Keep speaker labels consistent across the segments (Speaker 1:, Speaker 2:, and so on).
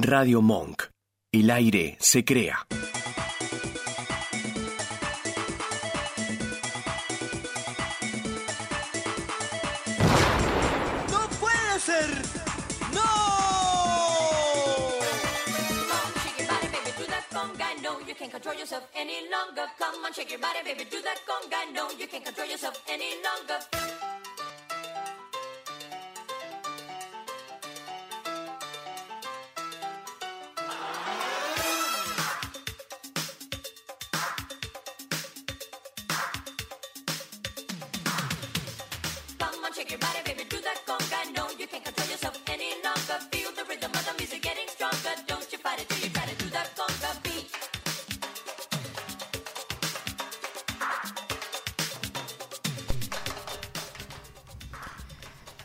Speaker 1: Radio Monk. El aire se crea.
Speaker 2: ¡No puede ser! ¡No!
Speaker 3: on, shake your body, baby, do that conga. No, you can't control yourself any longer. Come on, shake your body, baby, do that conga. No, you can't control yourself any longer. Come on, shake your body, baby, do that conga. No, you can't control yourself any longer. Feel the rhythm of the music getting stronger. Don't you fight it till you try to do that conga beat.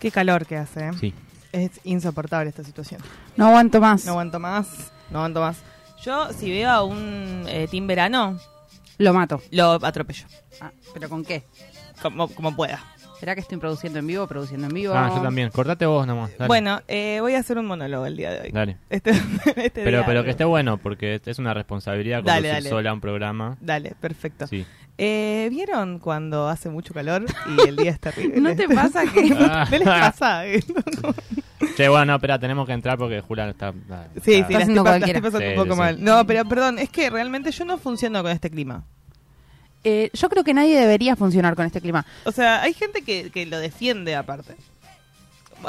Speaker 4: Qué calor que hace. ¿eh?
Speaker 5: Sí.
Speaker 4: Es insoportable esta situación.
Speaker 6: No aguanto más.
Speaker 4: No aguanto más. No aguanto más. Yo, si veo a un eh, team verano,
Speaker 6: Lo mato.
Speaker 4: lo atropello.
Speaker 6: Ah, ¿Pero con qué?
Speaker 4: Como, como pueda.
Speaker 6: ¿Será que estoy produciendo en vivo? ¿Produciendo en vivo?
Speaker 5: Ah, yo también. Cortate vos nomás. dale.
Speaker 4: Bueno, eh, voy a hacer un monólogo el día de hoy.
Speaker 5: Dale.
Speaker 4: Este, este
Speaker 5: Pero,
Speaker 4: día.
Speaker 5: pero que esté bueno, porque es una responsabilidad
Speaker 4: Dale,
Speaker 5: conducir
Speaker 4: dale.
Speaker 5: sola un programa.
Speaker 4: Dale, perfecto.
Speaker 5: Sí.
Speaker 4: Eh, ¿Vieron cuando hace mucho calor y el día es terrible?
Speaker 6: ¿No te pasa que-
Speaker 4: ¿No les pasa? Eh, no, no.
Speaker 5: Che, bueno, no, espera, tenemos que entrar porque Julia está... ah,
Speaker 4: Sí,
Speaker 5: está-
Speaker 4: sí, la estoy,
Speaker 6: haciendo
Speaker 4: pa- la
Speaker 6: cualquiera.
Speaker 4: estoy pasando
Speaker 5: Sí,
Speaker 4: un poco
Speaker 5: sí, sí.
Speaker 4: mal. No, pero perdón, es que realmente yo no funciono con este clima.
Speaker 6: Eh, yo creo que nadie debería funcionar con este clima.
Speaker 4: O sea, hay gente que, que lo defiende aparte.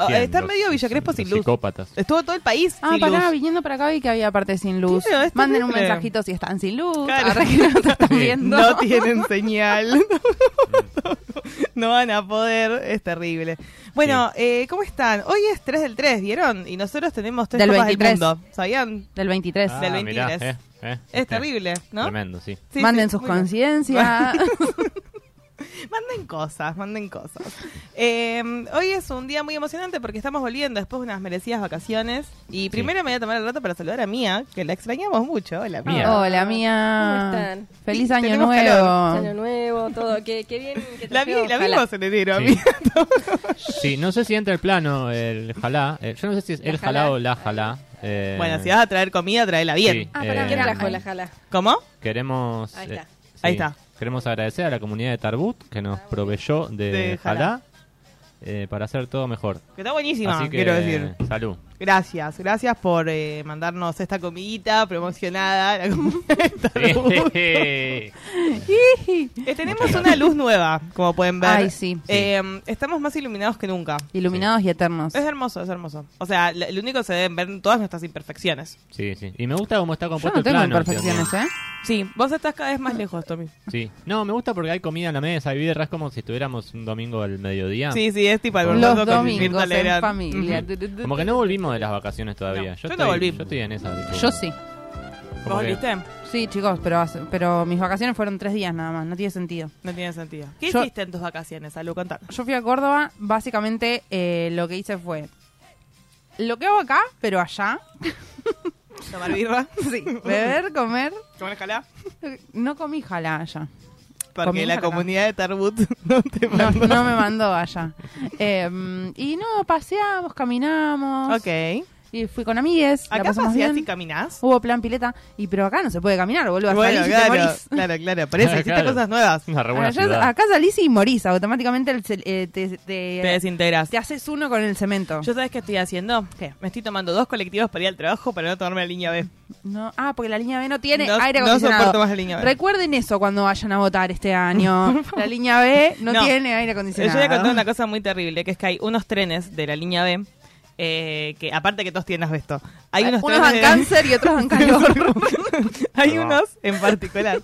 Speaker 5: ¿Quién?
Speaker 4: Está
Speaker 5: Los-
Speaker 4: medio Villa Crespo
Speaker 5: los
Speaker 4: sin luz.
Speaker 5: Psicópatas.
Speaker 4: Estuvo todo el país
Speaker 6: Ah,
Speaker 4: sin
Speaker 6: pará,
Speaker 4: luz.
Speaker 6: viniendo para acá vi que había parte sin luz.
Speaker 4: Claro, es
Speaker 6: Manden un
Speaker 4: terrible.
Speaker 6: mensajito si están sin luz.
Speaker 4: Claro.
Speaker 6: Ahora que no te están viendo.
Speaker 4: No tienen señal. no van a poder. Es terrible. Bueno, eh, ¿cómo están? Hoy es 3 del 3, ¿vieron? Y nosotros tenemos tres
Speaker 6: Del
Speaker 4: copas del
Speaker 6: 23.
Speaker 4: mundo. ¿Sabían?
Speaker 6: Del 23.
Speaker 4: Ah, del 23.
Speaker 5: eh, eh, eh.
Speaker 4: Es terrible, ¿no?
Speaker 5: Tremendo, sí.
Speaker 4: Sí,
Speaker 6: Manden
Speaker 4: sí,
Speaker 6: sus
Speaker 4: muy bien.
Speaker 6: conciencias.
Speaker 4: Manden cosas, manden cosas. Eh, hoy es un día muy emocionante porque estamos volviendo después de unas merecidas vacaciones. Y primero me voy a tomar el rato para saludar a Mía, que la extrañamos mucho. Hola, Mía.
Speaker 5: Mía. Oh,
Speaker 6: Hola, mía.
Speaker 7: ¿Cómo están?
Speaker 6: Feliz
Speaker 4: Sí,
Speaker 6: año
Speaker 4: tenemos
Speaker 6: nuevo. Ah.
Speaker 4: calor.
Speaker 7: Año nuevo, todo. Qué, qué bien que
Speaker 4: La, vi,
Speaker 7: trajeron,
Speaker 4: la
Speaker 7: ojalá.
Speaker 4: vimos en enero, a
Speaker 5: Sí.
Speaker 4: Mía.
Speaker 5: Sí, no sé si entra el plano, el jalá. eh, yo no sé si es el jalá, o la jalá. eh,
Speaker 4: Bueno, si vas a traer comida, tráela bien.
Speaker 5: sí,
Speaker 7: Ah, pará,
Speaker 5: eh,
Speaker 7: ¿quién trajo la jala?
Speaker 4: ¿Cómo?
Speaker 5: Queremos...
Speaker 7: Ahí
Speaker 5: eh,
Speaker 7: está.
Speaker 5: sí,
Speaker 4: Ahí está.
Speaker 5: Queremos agradecer a la comunidad de Tarbut que nos proveyó de,
Speaker 4: De jalá.
Speaker 5: jalá eh, para hacer todo mejor.
Speaker 4: Que está buenísima,
Speaker 5: Así que,
Speaker 4: quiero decir.
Speaker 5: salud.
Speaker 4: Gracias, gracias por eh, mandarnos esta comidita promocionada. la comida de Tarbut. Eh, tenemos una luz nueva, como pueden ver.
Speaker 6: Ay, sí.
Speaker 4: Eh, Estamos más iluminados que nunca.
Speaker 6: Iluminados y eternos.
Speaker 4: Es hermoso, es hermoso. O sea, lo lo único que se deben ver todas nuestras imperfecciones.
Speaker 5: Sí, sí. Y me gusta cómo está
Speaker 6: Yo
Speaker 5: compuesto
Speaker 6: no tengo
Speaker 5: el plano.
Speaker 6: imperfecciones,
Speaker 5: ¿entiendes?
Speaker 6: ¿eh?
Speaker 4: Sí, vos estás cada vez más lejos, Tommy.
Speaker 5: Sí. No, me gusta porque hay comida en la mesa, hay birra, es como si estuviéramos un domingo al mediodía.
Speaker 4: Ah. Sí, sí, es tipo almuerzo
Speaker 6: Los
Speaker 4: con
Speaker 6: domingos
Speaker 4: Mirta
Speaker 6: en
Speaker 4: Legrand.
Speaker 6: familia.
Speaker 4: Ujú.
Speaker 5: Como que no volvimos de las vacaciones todavía.
Speaker 4: No,
Speaker 5: yo
Speaker 4: yo no
Speaker 5: estoy,
Speaker 4: volví.
Speaker 5: Yo estoy en esa. tipo,
Speaker 6: Yo sí.
Speaker 5: como
Speaker 4: ¿Vos
Speaker 5: que-
Speaker 4: volviste?
Speaker 6: Sí, chicos, pero, hace- pero mis vacaciones fueron tres días nada más. No tiene sentido.
Speaker 4: No tiene sentido. ¿Qué
Speaker 6: Yo-
Speaker 4: hiciste en tus vacaciones, Salud? Contanos.
Speaker 6: Yo fui a Córdoba, básicamente eh, lo que hice fue lo que hago acá, pero allá.
Speaker 4: ¿Tomar birra?
Speaker 6: Sí. Beber, comer.
Speaker 4: ¿Comer jalá?
Speaker 6: No comí jala allá.
Speaker 4: Porque
Speaker 6: Comí
Speaker 4: la
Speaker 6: jalá.
Speaker 4: comunidad de Tarbut no te
Speaker 6: No,
Speaker 4: mandó.
Speaker 6: no me mandó allá. Eh, y no, paseamos, caminamos.
Speaker 4: Ok.
Speaker 6: Y fui con amigues. la
Speaker 4: Acá
Speaker 6: pasamos
Speaker 4: paseás
Speaker 6: bien.
Speaker 4: y caminás.
Speaker 6: Hubo plan pileta. Y pero acá no se puede caminar, boludo.
Speaker 4: Bueno,
Speaker 6: salís y te
Speaker 4: claro,
Speaker 6: morís.
Speaker 4: claro, claro. Por eso
Speaker 5: Ah,
Speaker 4: hiciste
Speaker 5: claro.
Speaker 4: cosas nuevas.
Speaker 5: Es una re buena
Speaker 6: Allá-
Speaker 5: ciudad.
Speaker 6: acá salís y morís. Automáticamente el ce- eh, te, te-
Speaker 4: Te desintegras.
Speaker 6: te haces uno con el cemento.
Speaker 4: ¿Yo sabes qué estoy haciendo?
Speaker 6: ¿Qué?
Speaker 4: Me estoy tomando dos colectivos para ir al trabajo para no tomarme la línea B.
Speaker 6: No, ah, porque la línea B no tiene
Speaker 4: No-
Speaker 6: aire
Speaker 4: no
Speaker 6: acondicionado.
Speaker 4: soporto más la línea B.
Speaker 6: Recuerden eso cuando vayan a votar este año. la línea B no,
Speaker 4: No.
Speaker 6: tiene
Speaker 4: Yo
Speaker 6: aire acondicionado.
Speaker 4: voy a contar una cosa muy terrible, que es que hay unos trenes de la línea B, eh, que aparte que todos tienen asbesto, hay unos,
Speaker 6: Unos dan
Speaker 4: trenes de-
Speaker 6: cáncer y otros dan calor.
Speaker 4: hay
Speaker 5: Perdón.
Speaker 4: unos en particular.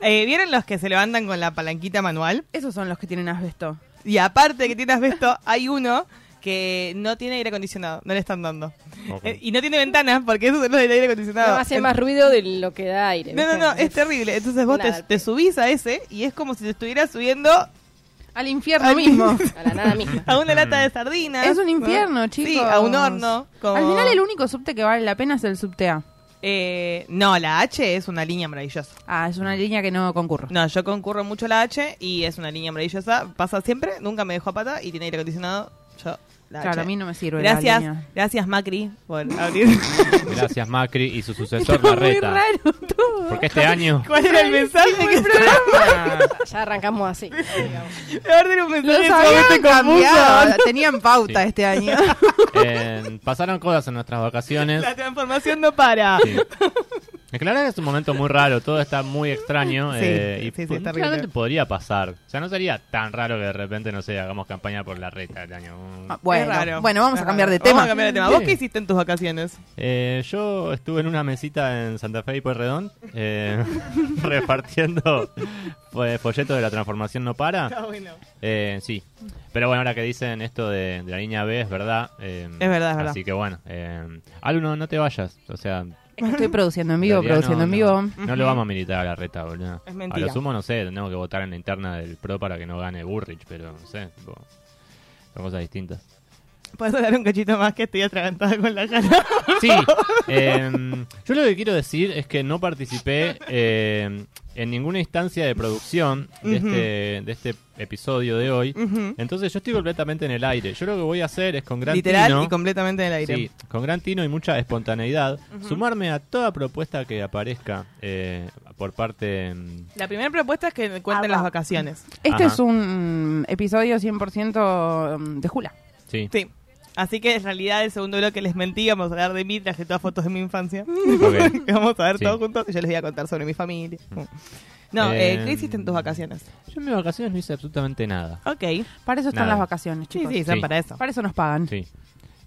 Speaker 4: Eh, ¿Vieron los que se levantan con la palanquita manual?
Speaker 6: Esos son los que tienen asbesto.
Speaker 4: Y aparte de que tiene asbesto, hay uno que no tiene aire acondicionado, no le están dando.
Speaker 5: Ok.
Speaker 4: Eh, y no tiene ventanas, porque eso es lo del aire acondicionado.
Speaker 7: No, hace más ruido de lo que da aire.
Speaker 4: no, este- no,
Speaker 7: ¿viste?
Speaker 4: no, es terrible. Entonces vos te,
Speaker 7: Nada,
Speaker 4: te subís a ese y es como si te estuvieras subiendo
Speaker 6: Al infierno
Speaker 4: Al-
Speaker 6: mismo.
Speaker 7: A la nada misma.
Speaker 4: a una lata de sardinas.
Speaker 6: es un
Speaker 4: ¿no?
Speaker 6: infierno, chicos.
Speaker 4: Sí, a un horno. como-
Speaker 6: Al final el único subte que vale la pena es el subte A.
Speaker 4: Eh, no, la H es una línea maravillosa.
Speaker 6: Ah, es una línea que no concurro.
Speaker 4: No, yo concurro mucho a la H y es una línea maravillosa. Pasa siempre, nunca me dejó a pata y tiene aire acondicionado. Yo la H.
Speaker 6: Claro, a mí no me sirve la
Speaker 4: Gracias,
Speaker 6: línea.
Speaker 4: gracias Macri por abrir.
Speaker 5: Gracias Macri y su sucesor
Speaker 6: Está muy
Speaker 5: Marreta.
Speaker 6: raro todo.
Speaker 5: Porque este año
Speaker 4: ¿Cuál era el mensaje que estaba?
Speaker 7: Ya arrancamos así. digamos.
Speaker 4: Ahora era un mensaje
Speaker 6: Los
Speaker 4: sumamente
Speaker 6: habían cambiado,
Speaker 4: confuso.
Speaker 6: tenían pauta este año.
Speaker 5: eh, pasaron cosas en nuestras vacaciones.
Speaker 4: La transformación no para.
Speaker 5: Sí. Es que la verdad que es un momento muy raro, todo está muy extraño.
Speaker 4: Sí,
Speaker 5: eh, y
Speaker 4: sí, sí,
Speaker 5: po-
Speaker 4: está
Speaker 5: realmente
Speaker 4: horrible.
Speaker 5: podría pasar. O sea, no sería tan raro que de repente, no sé, hagamos campaña por la reta del año. Mm.
Speaker 6: Ah, Bueno,
Speaker 4: Es raro.
Speaker 6: bueno, vamos
Speaker 4: Es
Speaker 6: a cambiar de
Speaker 4: raro. Vamos
Speaker 6: tema.
Speaker 4: a cambiar de tema. ¿Vos
Speaker 5: Sí.
Speaker 4: qué hiciste en tus vacaciones?
Speaker 5: Eh, yo estuve en una mesita en Santa Fe y Pueyrredón eh, repartiendo fue- folletos de la transformación no para.
Speaker 4: Ah, bueno.
Speaker 5: Eh, sí. Pero bueno, ahora que dicen esto de, de la niña B, es verdad. eh,
Speaker 4: Es verdad, es verdad.
Speaker 5: Así que bueno. Eh, Alu, no, no te vayas. O sea,
Speaker 6: Es que Estoy produciendo en vivo,
Speaker 5: En realidad
Speaker 6: produciendo
Speaker 5: no,
Speaker 6: en vivo.
Speaker 5: No, No lo vamos a militar a la reta, boludo.
Speaker 4: Es mentira.
Speaker 5: A lo sumo, no sé, tenemos que votar en la interna del PRO para que no gane Burrich, pero no sé. tipo, son cosas distintas.
Speaker 4: ¿Puedes hablar un cachito más que estoy atragantada con la cara?
Speaker 5: Sí, em, yo lo que quiero decir es que no participé em, en ninguna instancia de producción de, este, de este episodio de hoy.
Speaker 4: Ujú.
Speaker 5: Entonces yo estoy completamente en el aire. Yo lo que voy a hacer es con gran
Speaker 4: Literal
Speaker 5: tino-
Speaker 4: y completamente en el aire.
Speaker 5: Sí, con gran tino y mucha espontaneidad, sumarme a toda propuesta que aparezca eh, por parte em,
Speaker 4: La primera propuesta es que cuenten las vacaciones.
Speaker 6: Este
Speaker 5: Ajá.
Speaker 6: es un episodio 100% mm, de Jula.
Speaker 5: Sí.
Speaker 4: Sí. Así que en realidad el segundo bloque les mentí, vamos a hablar de mí, traje todas fotos de mi infancia.
Speaker 5: Ok.
Speaker 4: Que vamos a ver
Speaker 5: Sí. Mm.
Speaker 4: todos juntos, yo les voy a contar sobre mi familia. No, eh,
Speaker 5: Eh,
Speaker 4: ¿qué hiciste en tus vacaciones?
Speaker 5: Yo en mis vacaciones no hice absolutamente nada.
Speaker 4: Ok.
Speaker 6: Para eso están
Speaker 5: Nada.
Speaker 6: las vacaciones,
Speaker 4: Sí,
Speaker 6: chicos.
Speaker 4: sí, son
Speaker 5: Sí.
Speaker 4: para eso.
Speaker 6: Para eso nos pagan.
Speaker 5: Sí.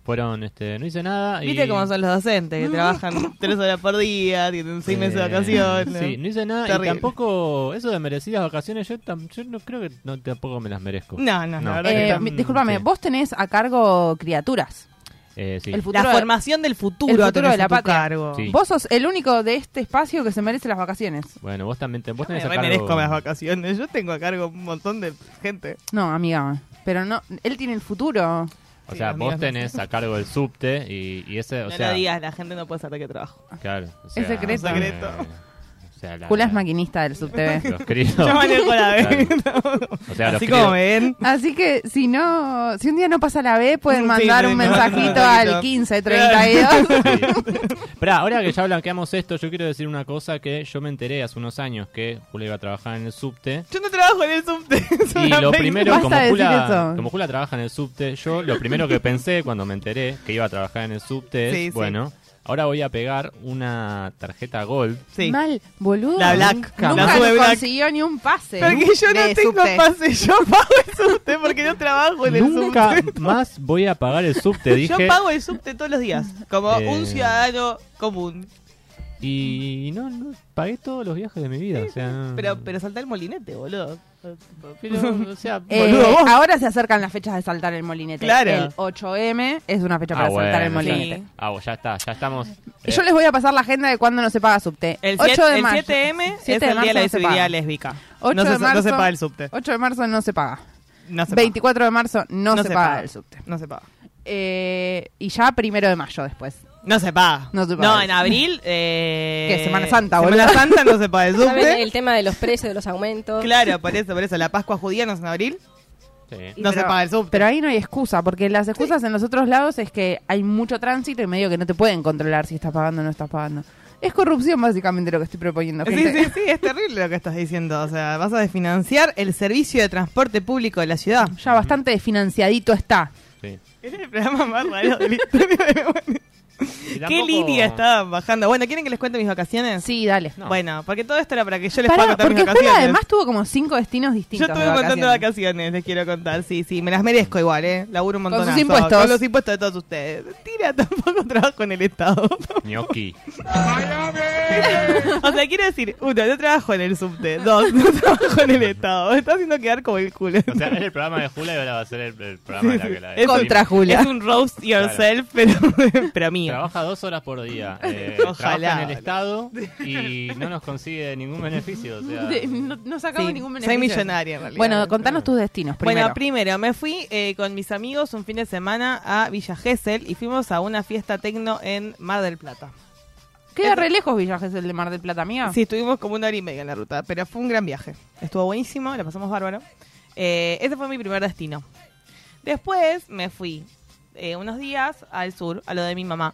Speaker 5: Fueron, este, no hice nada. y-
Speaker 4: Viste cómo son los docentes, que trabajan tres horas por día, tienen seis meses de
Speaker 5: Eh,
Speaker 4: vacaciones.
Speaker 5: Sí, no hice nada.
Speaker 4: Terrible.
Speaker 5: Y tampoco, eso de merecidas vacaciones, yo, tam- yo no creo que no, tampoco me las merezco.
Speaker 4: No, no, la verdad
Speaker 6: Eh,
Speaker 4: que
Speaker 5: están-
Speaker 6: mi- discúlpame,
Speaker 5: sí.
Speaker 6: vos tenés a cargo criaturas.
Speaker 5: Eh, sí.
Speaker 6: El futuro,
Speaker 4: La
Speaker 6: de-
Speaker 4: formación del futuro,
Speaker 6: el futuro
Speaker 4: tenés
Speaker 6: de la
Speaker 4: a tu
Speaker 6: patria.
Speaker 4: cargo.
Speaker 5: Sí.
Speaker 6: Vos sos el único de este espacio que se merece las vacaciones.
Speaker 5: Bueno, vos también te, vos
Speaker 4: Me
Speaker 5: tenés a
Speaker 4: re
Speaker 5: cargo-
Speaker 4: merezco las vacaciones, yo tengo a cargo un montón de gente.
Speaker 6: No, amiga. Pero no, él tiene el futuro.
Speaker 5: O
Speaker 4: Sí,
Speaker 5: sea,
Speaker 4: amigas,
Speaker 5: vos tenés a cargo el subte y, y ese, o
Speaker 4: no
Speaker 5: sea,
Speaker 4: lo digas, la gente no puede saber que trabajo.
Speaker 5: claro. o sea,
Speaker 6: secreto.
Speaker 5: eh,
Speaker 4: Secreto.
Speaker 5: o sea, la-
Speaker 6: Jula es maquinista del subtv.
Speaker 5: Los críos.
Speaker 4: Yo manejo la B.
Speaker 5: O sea, los
Speaker 4: Así
Speaker 5: críos-
Speaker 4: como ven.
Speaker 6: Así que si no, si un día no pasa la B, pueden
Speaker 4: Sí,
Speaker 6: mandar
Speaker 4: sí,
Speaker 6: un
Speaker 4: no, no, no,
Speaker 6: mensajito
Speaker 4: no.
Speaker 6: al 1532.
Speaker 5: Sí. Esperá, ahora que ya blanqueamos esto, yo quiero decir una cosa que yo me enteré hace unos años que Julia iba a trabajar en el subte.
Speaker 4: Yo no trabajo en el subte. es
Speaker 5: Y
Speaker 4: una
Speaker 5: lo
Speaker 4: fake
Speaker 5: primero,
Speaker 6: Basta
Speaker 5: como
Speaker 6: de decir
Speaker 5: Julia,
Speaker 6: eso.
Speaker 5: como Julia trabaja en el subte, yo lo primero que pensé cuando me enteré que iba a trabajar en el subte es,
Speaker 4: Sí, sí.
Speaker 5: bueno, ahora voy a pegar una tarjeta Gold.
Speaker 4: news. Sí.
Speaker 6: Mal, boludo.
Speaker 4: La Black.
Speaker 6: Nunca
Speaker 4: La sube
Speaker 6: nos
Speaker 4: Black.
Speaker 6: consiguió ni un pase.
Speaker 4: Porque yo no
Speaker 6: de
Speaker 4: tengo
Speaker 6: subte.
Speaker 4: pase, yo pago el subte porque no trabajo en el
Speaker 5: Nunca
Speaker 4: subte.
Speaker 5: más voy a pagar el subte, dije.
Speaker 4: Yo pago el subte todos los días, como
Speaker 5: Eh.
Speaker 4: un ciudadano común.
Speaker 5: Y no, no, pagué todos los viajes de mi vida. o sea, no-
Speaker 4: Pero, pero salta el molinete, boludo.
Speaker 5: Pero, o sea,
Speaker 6: Eh,
Speaker 4: Boludo, vos.
Speaker 6: ahora se acercan las fechas de saltar el molinete.
Speaker 4: Claro.
Speaker 6: El 8M es una fecha
Speaker 5: Ah,
Speaker 6: para saltar el
Speaker 5: bueno, ya-
Speaker 6: molinete.
Speaker 5: Ah, bueno, ya está, ya estamos.
Speaker 6: Y yo les voy a pasar la agenda de cuándo no se paga subte.
Speaker 4: El,
Speaker 6: 8
Speaker 4: 7,
Speaker 6: de
Speaker 4: el
Speaker 6: mayo.
Speaker 4: 7M es
Speaker 6: 7
Speaker 4: el día de la
Speaker 6: no se paga.
Speaker 4: visibilidad lésbica.
Speaker 6: 8
Speaker 4: no,
Speaker 6: de
Speaker 4: se,
Speaker 6: marzo,
Speaker 4: no se paga el subte.
Speaker 6: 8 de marzo no se paga.
Speaker 4: No se
Speaker 6: 24 de marzo
Speaker 4: paga.
Speaker 6: no, se, paga, el subte.
Speaker 4: No se paga.
Speaker 6: Eh, y ya primero de mayo después.
Speaker 4: No se paga.
Speaker 6: No se paga.
Speaker 4: en abril. Eh,
Speaker 6: ¿Qué, Semana Santa,
Speaker 4: Semana
Speaker 6: boludo?
Speaker 4: Santa no se paga el
Speaker 7: ¿Saben
Speaker 4: subte.
Speaker 7: el tema de los precios, de los aumentos?
Speaker 4: Claro, por eso, por eso. La Pascua judía no es en abril.
Speaker 5: Sí.
Speaker 4: No se paga el subte.
Speaker 6: Pero ahí no hay excusa, porque las excusas en los otros lados es que hay mucho tránsito y medio que no te pueden controlar si estás pagando o no estás pagando. Es corrupción básicamente lo que estoy proponiendo.
Speaker 4: Sí,
Speaker 6: gente.
Speaker 4: sí, sí, es terrible lo que estás diciendo. O sea, vas a desfinanciar el servicio de transporte público de la ciudad.
Speaker 6: Ya bastante financiadito está.
Speaker 5: sí.
Speaker 4: Es el programa más raro de la historia de la humanidad.
Speaker 5: Y
Speaker 4: ¿Qué
Speaker 5: tampoco-
Speaker 4: línea estaban bajando? Bueno, ¿quieren que les cuente mis vacaciones?
Speaker 6: Sí, dale.
Speaker 4: Bueno, porque todo esto era para que yo les
Speaker 6: Pará,
Speaker 4: pueda contar mis
Speaker 6: porque
Speaker 4: vacaciones.
Speaker 6: Julia además tuvo como cinco destinos
Speaker 4: yo
Speaker 6: distintos.
Speaker 4: estuve
Speaker 6: de
Speaker 4: contando vacaciones, les quiero contar. Sí, sí, me las merezco igual, ¿eh? Laburo un
Speaker 6: Con
Speaker 4: montón.
Speaker 6: sus impuestos.
Speaker 4: Con los impuestos de todos ustedes. Tira, tampoco trabajo en el Estado.
Speaker 5: Gnocchi.
Speaker 4: o sea, quiero decir, uno, no trabajo en el subte. Dos, no trabajo en el Estado. Me está haciendo quedar como el culo.
Speaker 5: O sea, es el programa de Julia y ahora va a ser el, el programa de la que la
Speaker 4: Es
Speaker 6: Contra Julia.
Speaker 4: Es un roast yourself, pero, pero mío.
Speaker 5: Trabaja dos horas por día. eh,
Speaker 4: Ojalá.
Speaker 5: Trabaja en el Estado y no nos consigue ningún beneficio. O sea,
Speaker 6: De- no, no sacamos
Speaker 4: Sí,
Speaker 6: ningún beneficio.
Speaker 4: soy millonaria en realidad.
Speaker 6: Bueno, contanos tus destinos primero.
Speaker 4: Bueno, primero me fui eh, con mis amigos un fin de semana a Villa Gesell y fuimos a una fiesta tecno en Mar del Plata.
Speaker 6: Queda re lejos Villa Gesell de Mar del Plata, mía.
Speaker 4: Sí, estuvimos como una hora y media en la ruta, pero fue un gran viaje. Estuvo buenísimo, la pasamos bárbaro. Eh, ese fue mi primer destino. Después me fui eh, unos días al sur, a lo de mi mamá.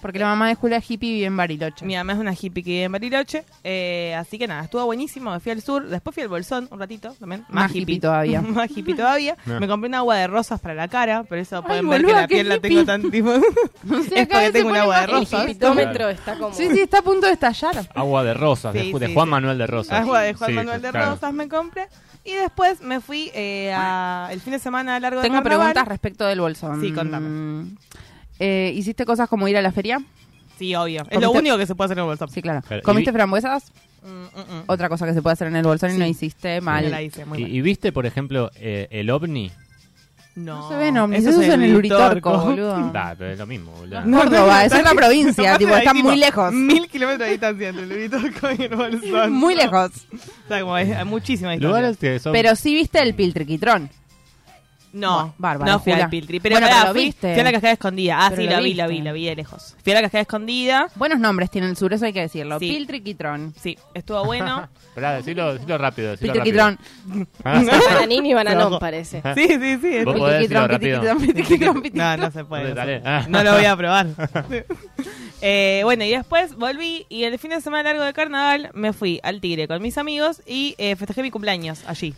Speaker 6: Porque la mamá de Julia es hippie vive en Bariloche.
Speaker 4: Mi mamá es una hippie que vive en Bariloche. eh, así que nada, estuvo buenísimo. Me fui al sur. Después fui al Bolsón un ratito también.
Speaker 6: Más hippie todavía.
Speaker 4: Más hippie todavía.
Speaker 5: Ah.
Speaker 4: Me compré un agua de rosas para la cara. Por eso pueden ver que
Speaker 6: boluda,
Speaker 4: la
Speaker 6: qué
Speaker 4: piel la
Speaker 6: hippie.
Speaker 4: tengo tan tipo.
Speaker 6: O sea,
Speaker 4: es
Speaker 6: cada
Speaker 4: porque
Speaker 6: vez se
Speaker 4: tengo un
Speaker 6: pone
Speaker 4: agua de
Speaker 6: más hippie.
Speaker 4: rosas.
Speaker 7: El pitómetro está como.
Speaker 6: Sí, sí, está a punto de estallar.
Speaker 5: Agua de rosas, de,
Speaker 4: Sí,
Speaker 5: Ju- de
Speaker 4: sí,
Speaker 5: Juan
Speaker 4: sí.
Speaker 5: Manuel de Rosas.
Speaker 4: Agua de Juan
Speaker 5: Sí,
Speaker 4: Manuel de
Speaker 5: claro.
Speaker 4: Rosas me compré. Y después me fui eh, a- el fin de semana largo de
Speaker 6: Tengo
Speaker 4: carnaval.
Speaker 6: preguntas respecto del bolsón.
Speaker 4: Sí, contame.
Speaker 6: Mm, eh, ¿Hiciste cosas como ir a la feria?
Speaker 4: Sí, obvio. Es
Speaker 6: Comiste-
Speaker 4: lo único que se puede hacer en el Bolsón.
Speaker 6: Sí, claro.
Speaker 5: Pero, ¿y
Speaker 6: ¿Comiste
Speaker 5: vi-
Speaker 6: frambuesas?
Speaker 4: Mm, mm, mm.
Speaker 6: Otra cosa que se puede hacer en el bolsón y
Speaker 4: Sí.
Speaker 6: no hiciste
Speaker 4: No
Speaker 6: mal.
Speaker 4: la hice, muy
Speaker 5: ¿Y,
Speaker 4: mal.
Speaker 5: y viste, por ejemplo, eh, el ovni?
Speaker 4: No,
Speaker 6: No se ven ovnis, eso es en el Uritorco, boludo.
Speaker 5: Da, pero es lo mismo, boludo.
Speaker 6: No, Córdoba, es
Speaker 4: está-
Speaker 6: otra provincia,
Speaker 4: capaz
Speaker 6: tipo,
Speaker 4: era ahí,
Speaker 6: está muy lejos.
Speaker 4: Mil kilómetros de distancia entre el Uritorco y el Bolsón.
Speaker 6: Muy lejos.
Speaker 4: O sea, como es, hay muchísima distancia.
Speaker 5: Lugares que son...
Speaker 6: Pero sí viste el piltriquitrón.
Speaker 4: No,
Speaker 6: Bueno, bárbaro,
Speaker 4: no fui
Speaker 6: Julia.
Speaker 4: al Piltri. Pero,
Speaker 6: Bueno,
Speaker 4: pará,
Speaker 6: pero lo
Speaker 4: fui,
Speaker 6: viste.
Speaker 4: fui a la cascada escondida. Ah,
Speaker 6: Pero
Speaker 4: sí,
Speaker 6: lo
Speaker 4: la vi, la
Speaker 6: viste.
Speaker 4: vi, la vi de lejos. Fui a la cascada escondida.
Speaker 6: Buenos nombres tiene el sur, eso hay que decirlo.
Speaker 4: Sí.
Speaker 6: Piltriquitrón.
Speaker 4: Sí, estuvo bueno.
Speaker 5: Esperá, decilo, decilo rápido, decilo rápido.
Speaker 6: Piltriquitrón.
Speaker 5: Ah,
Speaker 7: Bananini y Bananón, parece.
Speaker 4: sí, sí, sí.
Speaker 5: Vos
Speaker 4: estuvo-
Speaker 5: podés decirlo rápido.
Speaker 6: Piltriquitrón, Piltriquitrón,
Speaker 4: No,
Speaker 6: Piltriquitrón.
Speaker 4: no se puede.
Speaker 5: Dale,
Speaker 4: no se puede.
Speaker 5: dale. Ah.
Speaker 4: No lo voy a probar. Eh, bueno, y después volví y el fin de semana largo de carnaval me fui al Tigre con mis amigos y eh, festejé mi cumpleaños allí.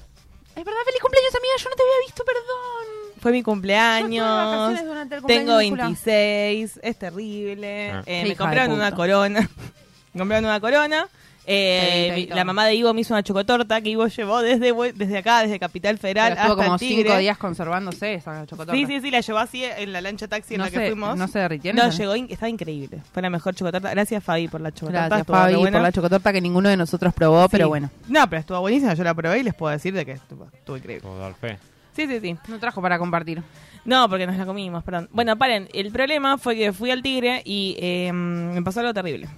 Speaker 6: Es verdad, feliz cumpleaños, amiga. Yo no te había visto, perdón.
Speaker 4: Fue mi
Speaker 6: Yo estuve de vacaciones
Speaker 4: cumpleaños.
Speaker 6: durante el cumpleaños
Speaker 4: Tengo
Speaker 6: de Jula.
Speaker 4: 26, es terrible.
Speaker 5: Ah.
Speaker 4: Eh,
Speaker 6: Qué
Speaker 4: me
Speaker 6: hija
Speaker 4: compraron
Speaker 6: de
Speaker 4: una
Speaker 6: puta.
Speaker 4: corona. me compraron una corona. Eh,
Speaker 6: Te vi, te vi
Speaker 4: la
Speaker 6: todo.
Speaker 4: mamá de Ivo me hizo una chocotorta que Ivo llevó desde, Bue- desde acá, desde Capital Federal
Speaker 6: Pero estuvo
Speaker 4: hasta
Speaker 6: como
Speaker 4: el Tigre.
Speaker 6: cinco días conservándose esa chocotorta.
Speaker 4: Sí, sí, sí, la llevó así en la lancha taxi en
Speaker 6: No
Speaker 4: la
Speaker 6: se-
Speaker 4: que fuimos.
Speaker 6: no se derritieron,
Speaker 4: No,
Speaker 6: ¿no?
Speaker 4: llegó, in- estaba increíble. Fue la mejor chocotorta. Gracias, Fabi, por la chocotorta.
Speaker 6: Gracias,
Speaker 4: estuvo re
Speaker 6: Fabi, por
Speaker 4: buena.
Speaker 6: la chocotorta que ninguno de nosotros probó,
Speaker 4: Sí.
Speaker 6: pero bueno.
Speaker 4: No, pero estuvo buenísima. Yo la probé y les puedo decir de que estuvo, estuvo increíble.
Speaker 5: Puedo dar fe.
Speaker 4: Sí, sí, sí.
Speaker 6: No trajo para compartir.
Speaker 4: No, porque nos la comimos, perdón. Bueno, paren. El problema fue que fui al tigre y eh, me pasó algo terrible.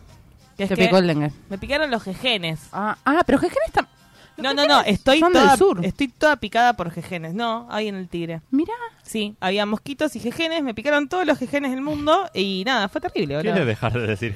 Speaker 4: Que es
Speaker 6: Te
Speaker 4: que
Speaker 6: picó el dengue.
Speaker 4: Me picaron los jejenes.
Speaker 6: Ah, ah, pero Jejen está.
Speaker 4: No, no, no. Estoy
Speaker 6: son
Speaker 4: toda,
Speaker 6: del sur.
Speaker 4: estoy toda picada por jejenes. No, ahí en el tigre.
Speaker 6: Mirá.
Speaker 4: Sí, había mosquitos y jejenes. Me picaron todos los jejenes del mundo y nada, fue terrible. boludo.
Speaker 5: ¿Quieres dejar de decir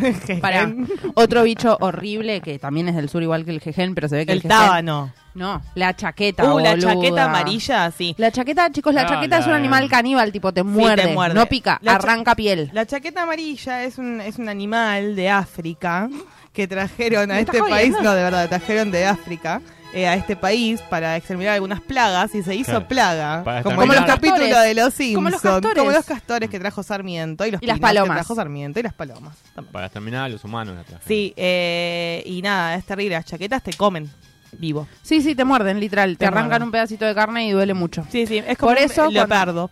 Speaker 4: Jejen.
Speaker 6: Para. Otro bicho horrible que también es del sur, igual que el Jejen, pero se ve que el,
Speaker 4: El
Speaker 6: Jejen-
Speaker 4: tábano.
Speaker 6: No, la chaqueta.
Speaker 4: Uh, la
Speaker 6: boluda.
Speaker 4: chaqueta amarilla, sí.
Speaker 6: La chaqueta, chicos, la
Speaker 5: No,
Speaker 6: chaqueta es un
Speaker 5: la-
Speaker 6: animal caníbal, tipo, te
Speaker 4: te
Speaker 6: muerde,
Speaker 4: muerde.
Speaker 6: no pica,
Speaker 4: La cha-
Speaker 6: arranca piel.
Speaker 4: La chaqueta amarilla es un, es un animal de África que trajeron a
Speaker 6: Me estás
Speaker 4: este país,
Speaker 6: jodiendo.
Speaker 4: no, de verdad, trajeron de África eh, a este país para exterminar algunas plagas y se hizo
Speaker 5: Claro.
Speaker 4: plaga.
Speaker 5: Para
Speaker 4: Como,
Speaker 5: exterminar-
Speaker 4: los capítulos de los Simpsons.
Speaker 6: Como los castores.
Speaker 4: Como los castores que trajo Sarmiento y los
Speaker 6: Y las
Speaker 4: pinos
Speaker 6: palomas.
Speaker 4: que trajo Sarmiento y las palomas. también.
Speaker 5: Para terminar, los humanos la trajeron.
Speaker 4: Sí, eh, y nada, es terrible. Las chaquetas te comen vivo.
Speaker 6: Sí, sí, te muerden, literal. Te
Speaker 4: Te
Speaker 6: arrancan
Speaker 4: muerden.
Speaker 6: un pedacito de carne y duele mucho.
Speaker 4: Sí, sí, es como
Speaker 6: Por eso
Speaker 4: un leopardo.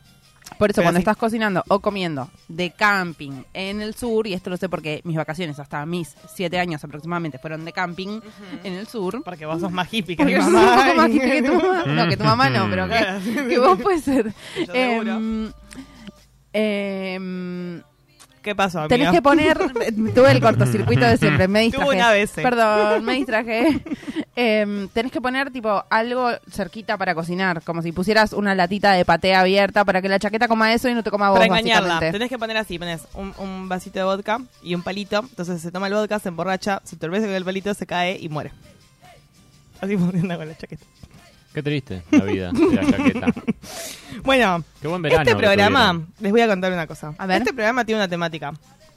Speaker 6: Por eso,
Speaker 4: Pero
Speaker 6: cuando
Speaker 4: sí.
Speaker 6: estás cocinando o comiendo de camping en el sur, y esto lo sé porque mis vacaciones hasta mis siete años aproximadamente fueron de camping en el sur.
Speaker 4: Porque vos sos más hippie que
Speaker 6: Porque
Speaker 4: mi
Speaker 6: sos un
Speaker 4: mamá.
Speaker 6: poco más hippie que tu mamá. No, que tu mamá no, pero que, que vos puedes ser.
Speaker 4: Yo seguro.
Speaker 6: Em, em,
Speaker 4: ¿Qué pasó, amiga?
Speaker 6: tenés que poner. Tuve el cortocircuito de siempre, me distraje.
Speaker 4: Tuve una vez, eh.
Speaker 6: Perdón, me distraje. Em, tenés que poner, tipo, algo cerquita para cocinar. Como si pusieras una latita de paté abierta para que la chaqueta coma eso y no te coma vos.
Speaker 4: Para engañarla,
Speaker 6: básicamente.
Speaker 4: tenés que poner así, pones un, un vasito de vodka y un palito, entonces se toma el vodka, se emborracha, se entorbece con el palito, se cae y muere. Así funciona con la chaqueta.
Speaker 5: Qué triste la vida de la chaqueta.
Speaker 4: Bueno,
Speaker 5: Qué buen verano.
Speaker 4: este
Speaker 5: que
Speaker 4: programa,
Speaker 5: tuvieron.
Speaker 4: les voy a contar una cosa.
Speaker 6: A ver.
Speaker 4: Este programa tiene una temática,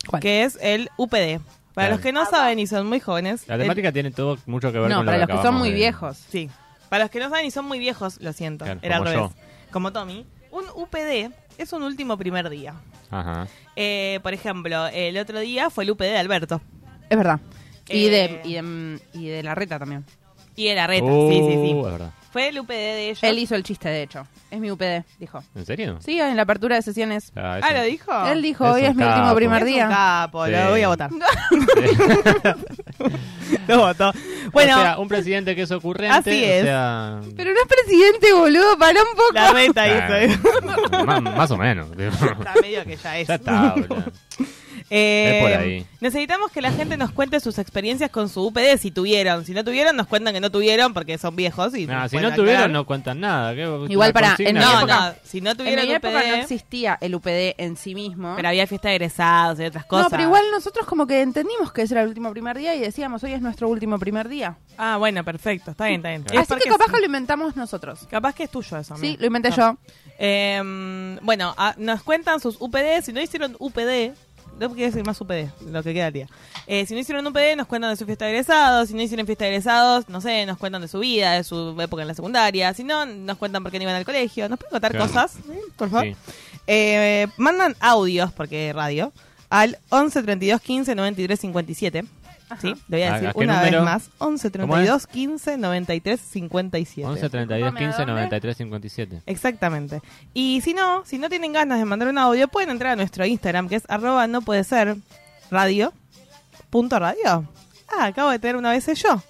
Speaker 6: ¿Cuál?
Speaker 4: que es el UPD. Para
Speaker 5: Claro.
Speaker 4: los que no saben y son muy jóvenes.
Speaker 5: La
Speaker 4: el-
Speaker 5: temática tiene todo mucho que ver
Speaker 6: No,
Speaker 5: con lo
Speaker 6: para
Speaker 5: que
Speaker 6: los que son
Speaker 5: acabamos
Speaker 6: muy
Speaker 5: de-
Speaker 6: viejos.
Speaker 4: Sí. Para los que no saben y son muy viejos, lo siento,
Speaker 5: Claro,
Speaker 4: era al
Speaker 5: como
Speaker 4: revés.
Speaker 5: yo.
Speaker 4: Como Tommy, un UPD es un último primer día.
Speaker 5: Ajá.
Speaker 4: Eh, por ejemplo, el otro día fue el UPD de Alberto.
Speaker 6: Es verdad. Y,
Speaker 4: Eh,
Speaker 6: de, y, de, y de la reta también.
Speaker 4: Y era reta,
Speaker 5: Uh,
Speaker 4: sí, sí, sí.
Speaker 5: Es verdad.
Speaker 4: Fue el UPD de ellos.
Speaker 6: Él hizo el chiste, de hecho. Es mi UPD, dijo.
Speaker 5: ¿En serio?
Speaker 6: Sí, en la apertura de sesiones.
Speaker 5: Ah, es
Speaker 4: ah,
Speaker 5: un-
Speaker 4: ¿lo dijo?
Speaker 6: Él dijo,
Speaker 5: Es
Speaker 6: hoy
Speaker 5: un
Speaker 6: es mi último
Speaker 5: capo.
Speaker 6: primer
Speaker 4: Es un
Speaker 6: día.
Speaker 4: capo,
Speaker 5: Sí.
Speaker 4: lo voy a votar. lo voto. Bueno,
Speaker 5: O sea, un presidente que es ocurrente.
Speaker 4: Así es.
Speaker 5: O sea,
Speaker 6: Pero no es presidente, boludo, para un poco.
Speaker 4: la reta hizo.
Speaker 5: Ah, más, más o menos.
Speaker 4: Está medio que ya es.
Speaker 5: ya está. boludo.
Speaker 4: Eh,
Speaker 5: Es por ahí.
Speaker 4: Necesitamos que la gente nos cuente sus experiencias con su UPD si tuvieron. Si no tuvieron, nos cuentan que no tuvieron porque son viejos. Y
Speaker 5: Nah,
Speaker 4: nos
Speaker 5: si
Speaker 4: pueden
Speaker 5: no tuvieron,
Speaker 4: aclarar.
Speaker 5: no cuentan nada. ¿Qué-
Speaker 6: Igual
Speaker 5: la
Speaker 6: para-
Speaker 5: consigna
Speaker 6: en mi
Speaker 5: que-
Speaker 4: No,
Speaker 6: época-
Speaker 4: no, si no
Speaker 6: En
Speaker 4: tuvieron
Speaker 6: mi
Speaker 4: UPD,
Speaker 6: época no existía el UPD en sí mismo.
Speaker 4: pero había fiesta de egresados y otras cosas.
Speaker 6: No, pero igual nosotros como que entendimos que ese era el último primer día y decíamos, hoy es nuestro último primer día.
Speaker 4: Ah, bueno, perfecto. Está bien, está bien. Es
Speaker 6: Así
Speaker 4: porque
Speaker 6: que capaz
Speaker 4: sí.
Speaker 6: que lo inventamos nosotros.
Speaker 4: Capaz que es tuyo eso.
Speaker 6: Sí,
Speaker 4: amigo.
Speaker 6: lo inventé
Speaker 4: No.
Speaker 6: yo.
Speaker 4: Em, bueno, a- nos cuentan sus UPD. Si no hicieron UPD, no quiero decir más UPD, lo que quedaría. Eh, si no hicieron UPD, nos cuentan de su fiesta de egresados. Si no hicieron fiesta de egresados, no sé, nos cuentan de su vida, de su época en la secundaria. Si no, nos cuentan por qué no iban al colegio. Nos pueden contar
Speaker 5: Claro.
Speaker 4: cosas, ¿eh? por favor.
Speaker 5: Sí.
Speaker 4: Eh, mandan audios, porque radio, al 11 32 15 93 57. Sí, lo voy a
Speaker 5: ¿A-
Speaker 4: decir
Speaker 5: Ah, a qué
Speaker 4: una
Speaker 5: número?
Speaker 4: vez más. 11 32 15 93 57.
Speaker 5: 11 32
Speaker 6: Disculpame, ¿a
Speaker 5: 15
Speaker 6: dónde?
Speaker 5: 93 57.
Speaker 4: Exactamente. Y si no, si no tienen ganas de mandar un audio, pueden entrar a nuestro Instagram, que es arroba no puede ser radio. Punto radio. Ah, acabo de tener una vez yo.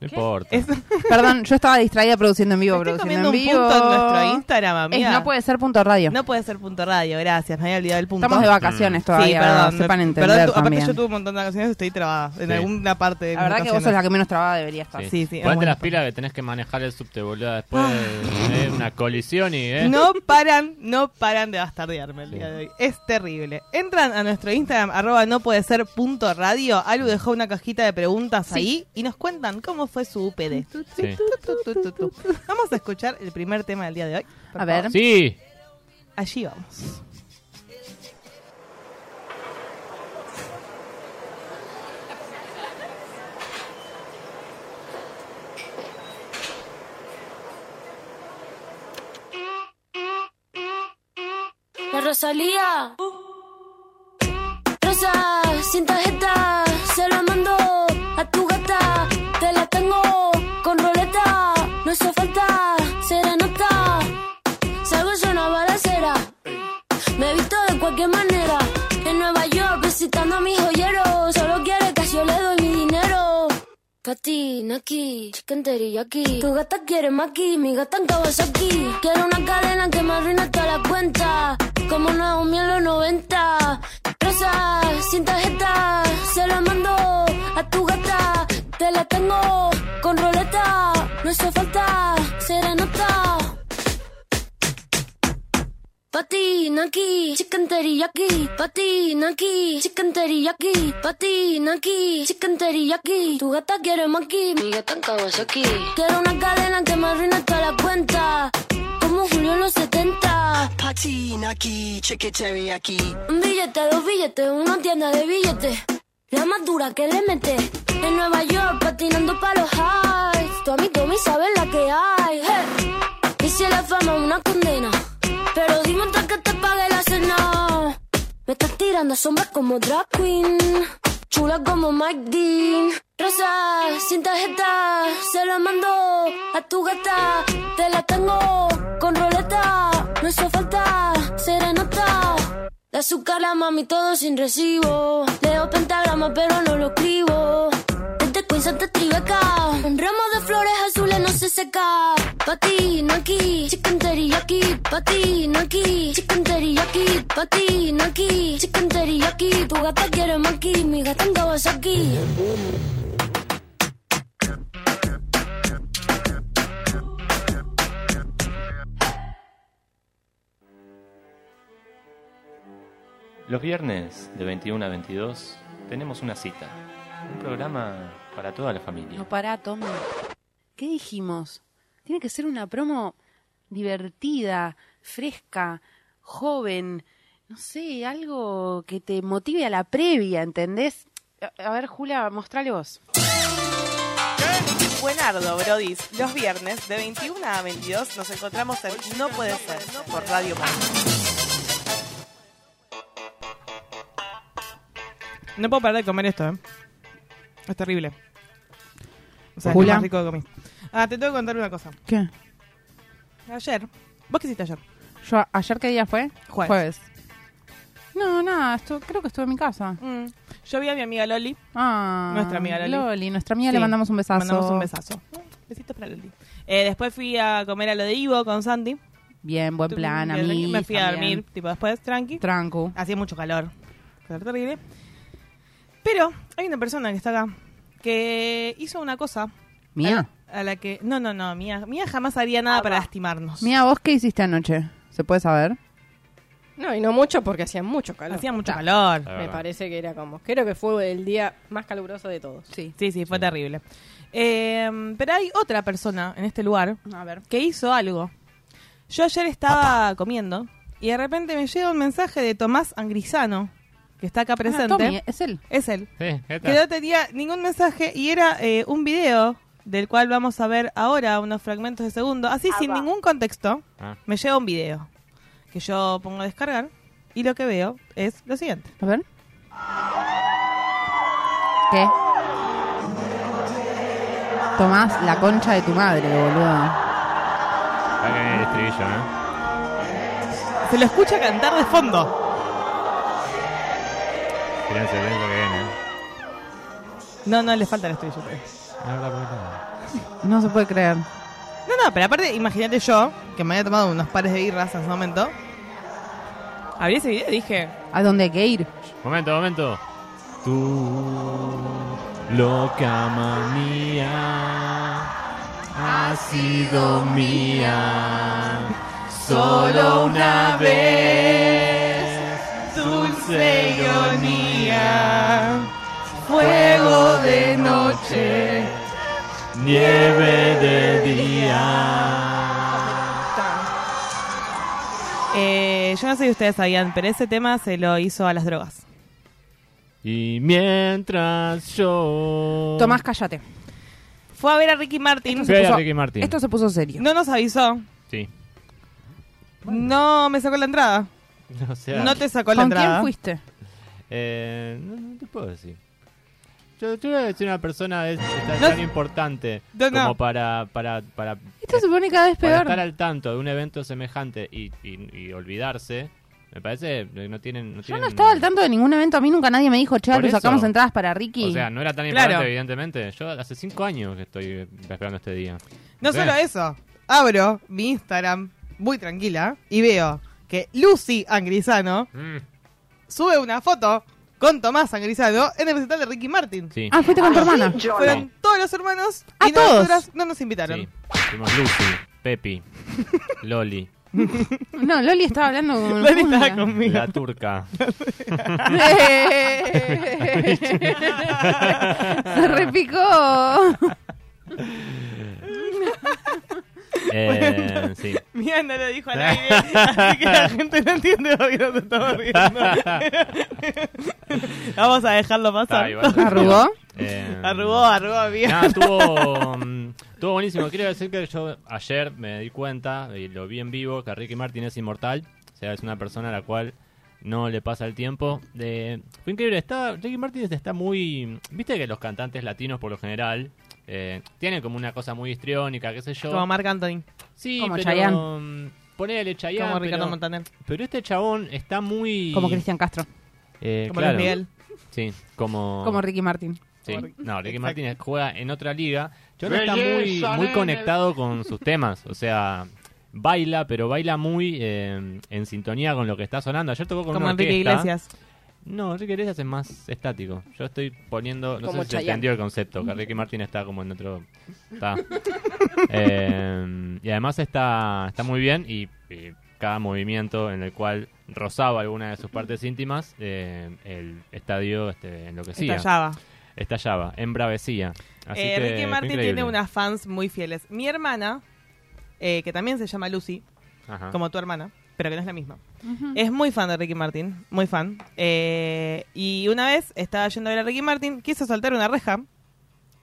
Speaker 5: No importa.
Speaker 4: Es,
Speaker 6: Perdón, yo estaba distraída produciendo en vivo,
Speaker 4: estoy comiendo
Speaker 6: produciendo en
Speaker 4: un
Speaker 6: vivo.
Speaker 4: punto en nuestro Instagram,
Speaker 6: Es
Speaker 4: amiga.
Speaker 6: no puede ser punto radio.
Speaker 4: No puede ser punto radio, gracias. Me había olvidado el punto.
Speaker 6: Estamos de vacaciones todavía, sepan
Speaker 4: me-
Speaker 6: entender
Speaker 4: perdón, tu- aparte
Speaker 6: también.
Speaker 4: yo tuve un montón de vacaciones, estoy trabada en
Speaker 5: Sí.
Speaker 4: alguna parte de
Speaker 6: La
Speaker 4: mis
Speaker 6: verdad que vos sos
Speaker 4: vacaciones.
Speaker 6: la que menos trabada debería estar.
Speaker 5: Sí.
Speaker 4: sí, sí,
Speaker 5: Ponte
Speaker 4: bueno. Ah.
Speaker 5: las pilas que tenés que manejar el subte, boludo. Después eh, una colisión y. Eh.
Speaker 4: No paran, no paran de bastardearme el día de hoy. Es terrible. Entran a nuestro Instagram, arroba no puede ser punto radio. Alu dejó una cajita de preguntas ahí y nos cuentan cómo fue su UPD.
Speaker 5: Sí.
Speaker 4: Tu, tu, tu, tu, tu. Vamos a escuchar el primer tema del día de hoy. por
Speaker 6: A ver.
Speaker 4: favor.
Speaker 5: Sí.
Speaker 4: Allí vamos.
Speaker 8: La Rosalía. Rosa, sin tarjeta, se la mando a tu gata. Te la tengo con roleta, no hizo falta serenata. Salgo yo una balacera, me visto de cualquier manera. En Nueva York visitando a mis joyeros, solo quiere que yo le doy mi dinero. Katy, Naki, chicken teriyaki. Tu gata quiere maki, mi gata en Kawasaki. Quiero una cadena que me arruina toda la cuenta. Como Naomi en los 90. Rosa, sin tarjeta. Se la mando a tu gata. Te la tengo con roleta. No hace falta serenata. Patinaki, chicken teriyaki. Patinaki, chicken teriyaki. Patinaki, chicken teriyaki. Tu gata quiere maki, mi gata en Kawasaki. Quiero una cadena que me arruine toda la cuenta. Como Julio en los 70.
Speaker 2: Patinaki, chicken teriyaki.
Speaker 8: Un billete, dos billetes, una tienda de billetes. La más dura que le mete. En Nueva York patinando para los highs. Tu amigo mi sabe la que hay. hey. Y si la fama es una condena. Pero dime otra que te pague la cena. Me estás tirando sombras como drag queen. Chula como Mike Dean. Rosa, sin tarjeta. Se la mando a tu gata. Te la tengo con roleta. No hizo falta serenata. De azúcar la mami todo sin recibo. Leo pentagrama pero no lo escribo. Desde Queens hasta Tribeca. Un ramo de flores azules no se seca. Patino aquí, chicken teriyaki. Patino aquí, chicken teriyaki. Patino aquí, chicken teriyaki. Tu gata quiere maki, mi gata en Kawasaki.
Speaker 9: Los viernes de 21 a 22 tenemos una cita, un programa para toda la familia.
Speaker 6: No pará, Tommy. ¿Qué dijimos? Tiene que ser una promo divertida, fresca, joven, no sé, algo que te motive a la previa, ¿entendés? A, a ver, Julia, mostrale vos.
Speaker 4: Buenardo, Brodis. Los viernes de 21 a 22 nos encontramos en No Puede Ser por Radio No puedo parar de comer esto, ¿eh? Es terrible. O sea, es lo
Speaker 6: Jula.
Speaker 4: más rico que comí. Ah, te tengo que contar una cosa.
Speaker 6: ¿Qué?
Speaker 4: Ayer, ¿vos qué hiciste ayer?
Speaker 6: Yo, a- ¿Ayer qué día fue?
Speaker 4: Jueves.
Speaker 6: No, nada, estu- creo que estuve en mi casa.
Speaker 4: Mm, Yo vi a mi amiga Loli.
Speaker 6: Ah,
Speaker 4: Nuestra amiga Loli.
Speaker 6: nuestra amiga
Speaker 4: Sí.
Speaker 6: le mandamos un besazo.
Speaker 4: Mandamos un besazo. Mm, Besitos para Loli. Eh, después fui a comer a lo de Ivo con Sandy.
Speaker 6: Bien, buen plan,
Speaker 4: Tuve un día
Speaker 6: amiga.
Speaker 4: tranqui- Me fui a dormir, tipo después, tranqui.
Speaker 6: Tranco.
Speaker 4: Hacía mucho calor. Calor terrible. Pero hay una persona que está acá que hizo una cosa
Speaker 6: Mía.
Speaker 4: a la que. No, no, no, Mía, Mía jamás haría nada para lastimarnos.
Speaker 6: Mía, ¿vos qué hiciste anoche? ¿Se puede saber?
Speaker 7: No, y no mucho porque hacía mucho calor.
Speaker 4: Hacía mucho calor.
Speaker 5: La
Speaker 7: Me
Speaker 5: verdad.
Speaker 7: parece que era como. Creo que fue el día más caluroso de todos.
Speaker 6: Sí.
Speaker 4: Sí, sí, fue terrible. Em, Eh, pero hay otra persona en este lugar
Speaker 6: A ver.
Speaker 4: que hizo algo. Yo ayer estaba comiendo y de repente me llega un mensaje de Tomás Angrisano, que está
Speaker 5: Ah,
Speaker 4: acá presente.
Speaker 10: Tommy, es él.
Speaker 4: Es él.
Speaker 5: Sí, ¿qué
Speaker 4: Que
Speaker 5: tal?
Speaker 4: no tenía ningún mensaje y era eh, un video del cual vamos a ver ahora unos fragmentos de segundo. Así, sin ningún contexto,
Speaker 5: Ah.
Speaker 4: me llega un video que yo pongo a descargar y lo que veo es lo siguiente.
Speaker 10: A ver. ¿Qué? Tomás, la concha de tu madre, boludo.
Speaker 5: Ahí viene el estribillo, ¿eh? ¿no?
Speaker 4: Se lo escucha cantar de fondo.
Speaker 5: Silencio, silencio que viene. ¿eh?
Speaker 4: No, no, le falta el estribillo.
Speaker 10: No se puede creer.
Speaker 4: No, no, pero aparte, imagínate yo, que me había tomado unos pares de birras en su momento. Abrí ese video y dije,
Speaker 10: ¿A dónde hay que ir?
Speaker 5: Momento, momento. Tú, loca manía, has sido mía solo una vez. Dulce ironía,
Speaker 4: fuego de
Speaker 5: noche, nieve de día.
Speaker 4: eh, yo no sé si ustedes sabían, pero ese tema se lo hizo a las drogas.
Speaker 5: Y mientras yo.
Speaker 7: Tomás, cállate.
Speaker 4: Fue a ver a Ricky Martin.
Speaker 5: Fui a
Speaker 7: puso-
Speaker 5: Ricky Martin.
Speaker 7: Esto se puso serio.
Speaker 4: No nos avisó.
Speaker 5: Sí.
Speaker 4: No me sacó la entrada.
Speaker 5: O sea,
Speaker 4: No te sacó la
Speaker 7: ¿Con
Speaker 4: entrada.
Speaker 7: quién fuiste?
Speaker 5: Eh, no, no te puedo decir. Yo, yo creo que si una persona es, está
Speaker 4: No
Speaker 5: tan
Speaker 4: sé.
Speaker 5: importante
Speaker 4: No, no.
Speaker 5: como para, para, para,
Speaker 10: Esto se pone cada vez
Speaker 5: para
Speaker 10: peor.
Speaker 5: estar al tanto de un evento semejante y, y- y olvidarse, me parece que no tienen... No
Speaker 10: Yo
Speaker 5: tienen
Speaker 10: no estaba al tanto de ningún evento. A mí nunca nadie me dijo, che,
Speaker 5: Por
Speaker 10: Aldo,
Speaker 5: eso.
Speaker 10: sacamos entradas para Ricky.
Speaker 5: O sea, no era tan
Speaker 4: Claro.
Speaker 5: importante, evidentemente. Yo hace cinco años que estoy eh, esperando este día.
Speaker 4: No
Speaker 5: sé.
Speaker 4: solo eso, abro mi Instagram muy tranquila y veo que Lucy Angrisano
Speaker 5: Mm,
Speaker 4: sube una foto con Tomás Angrisano en el recital de Ricky Martin.
Speaker 5: sí.
Speaker 10: Ah, fuiste con tu hermana.
Speaker 4: Fueron todos los hermanos
Speaker 10: ¿A
Speaker 4: y nosotras
Speaker 10: todos?
Speaker 4: no nos invitaron.
Speaker 5: sí. Fuimos Lucy, Pepi, Loli,
Speaker 10: No, Loli estaba hablando con
Speaker 4: Loli
Speaker 10: Julia.
Speaker 4: estaba conmigo.
Speaker 5: la turca.
Speaker 10: Se repicó.
Speaker 5: Eh, sí.
Speaker 4: Mira, no lo dijo al aire, así que la gente no entiende lo que nos estamos riendo. Vamos a dejarlo
Speaker 5: Está,
Speaker 4: pasar.
Speaker 5: igual.
Speaker 10: ¿Arrugó?
Speaker 5: Eh,
Speaker 4: Arrugó, arrugó, amiga.
Speaker 5: Nada, estuvo, mm, estuvo buenísimo. Quiero decir que yo ayer me di cuenta, y lo vi en vivo, que Ricky Martin es inmortal. O sea, es una persona a la cual no le pasa el tiempo. De, fue increíble. Está, Ricky Martin está muy... Viste que los cantantes latinos, por lo general, eh, tienen como una cosa muy histriónica, qué sé yo.
Speaker 4: Como Marc Anthony,
Speaker 5: sí,
Speaker 10: como
Speaker 5: pero...
Speaker 10: Chayanne.
Speaker 5: mm, Ponele Chayanne,
Speaker 4: como Ricardo
Speaker 5: pero,
Speaker 4: Montaner,
Speaker 5: pero este chabón está muy...
Speaker 10: Como Cristian Castro.
Speaker 5: eh,
Speaker 4: como
Speaker 5: claro.
Speaker 4: Luis Miguel.
Speaker 5: Sí, como...
Speaker 10: Como Ricky Martin.
Speaker 5: Sí.
Speaker 4: Por-
Speaker 5: No, Ricky
Speaker 4: Exacto.
Speaker 5: Martínez juega en otra liga. Yo no está muy, muy conectado con sus temas. O sea, baila, pero baila muy eh, en sintonía con lo que está sonando. Ayer tocó con
Speaker 4: Como
Speaker 5: una
Speaker 4: Enrique
Speaker 5: orquesta.
Speaker 4: Iglesias.
Speaker 5: No, Enrique Iglesias es más estático. Yo estoy poniendo. No
Speaker 7: Como
Speaker 5: sé si se
Speaker 7: Chayanne.
Speaker 5: entendió el concepto. Que Ricky Martínez está como en otro. Está. Eh, y además está, está muy bien. Y, y cada movimiento en el cual rozaba alguna de sus partes íntimas, eh, el estadio este, enloquecía
Speaker 4: Estallaba.
Speaker 5: estallaba, embravecía. Así
Speaker 4: Eh,
Speaker 5: que
Speaker 4: Ricky
Speaker 5: fue
Speaker 4: Martin
Speaker 5: increíble.
Speaker 4: tiene unas fans muy fieles. Mi hermana, eh, que también se llama Lucy,
Speaker 5: Ajá.
Speaker 4: como tu hermana, pero que no es la misma, es muy fan de Ricky Martin, muy fan. Eh, y una vez estaba yendo a ver a Ricky Martin, quiso saltar una reja,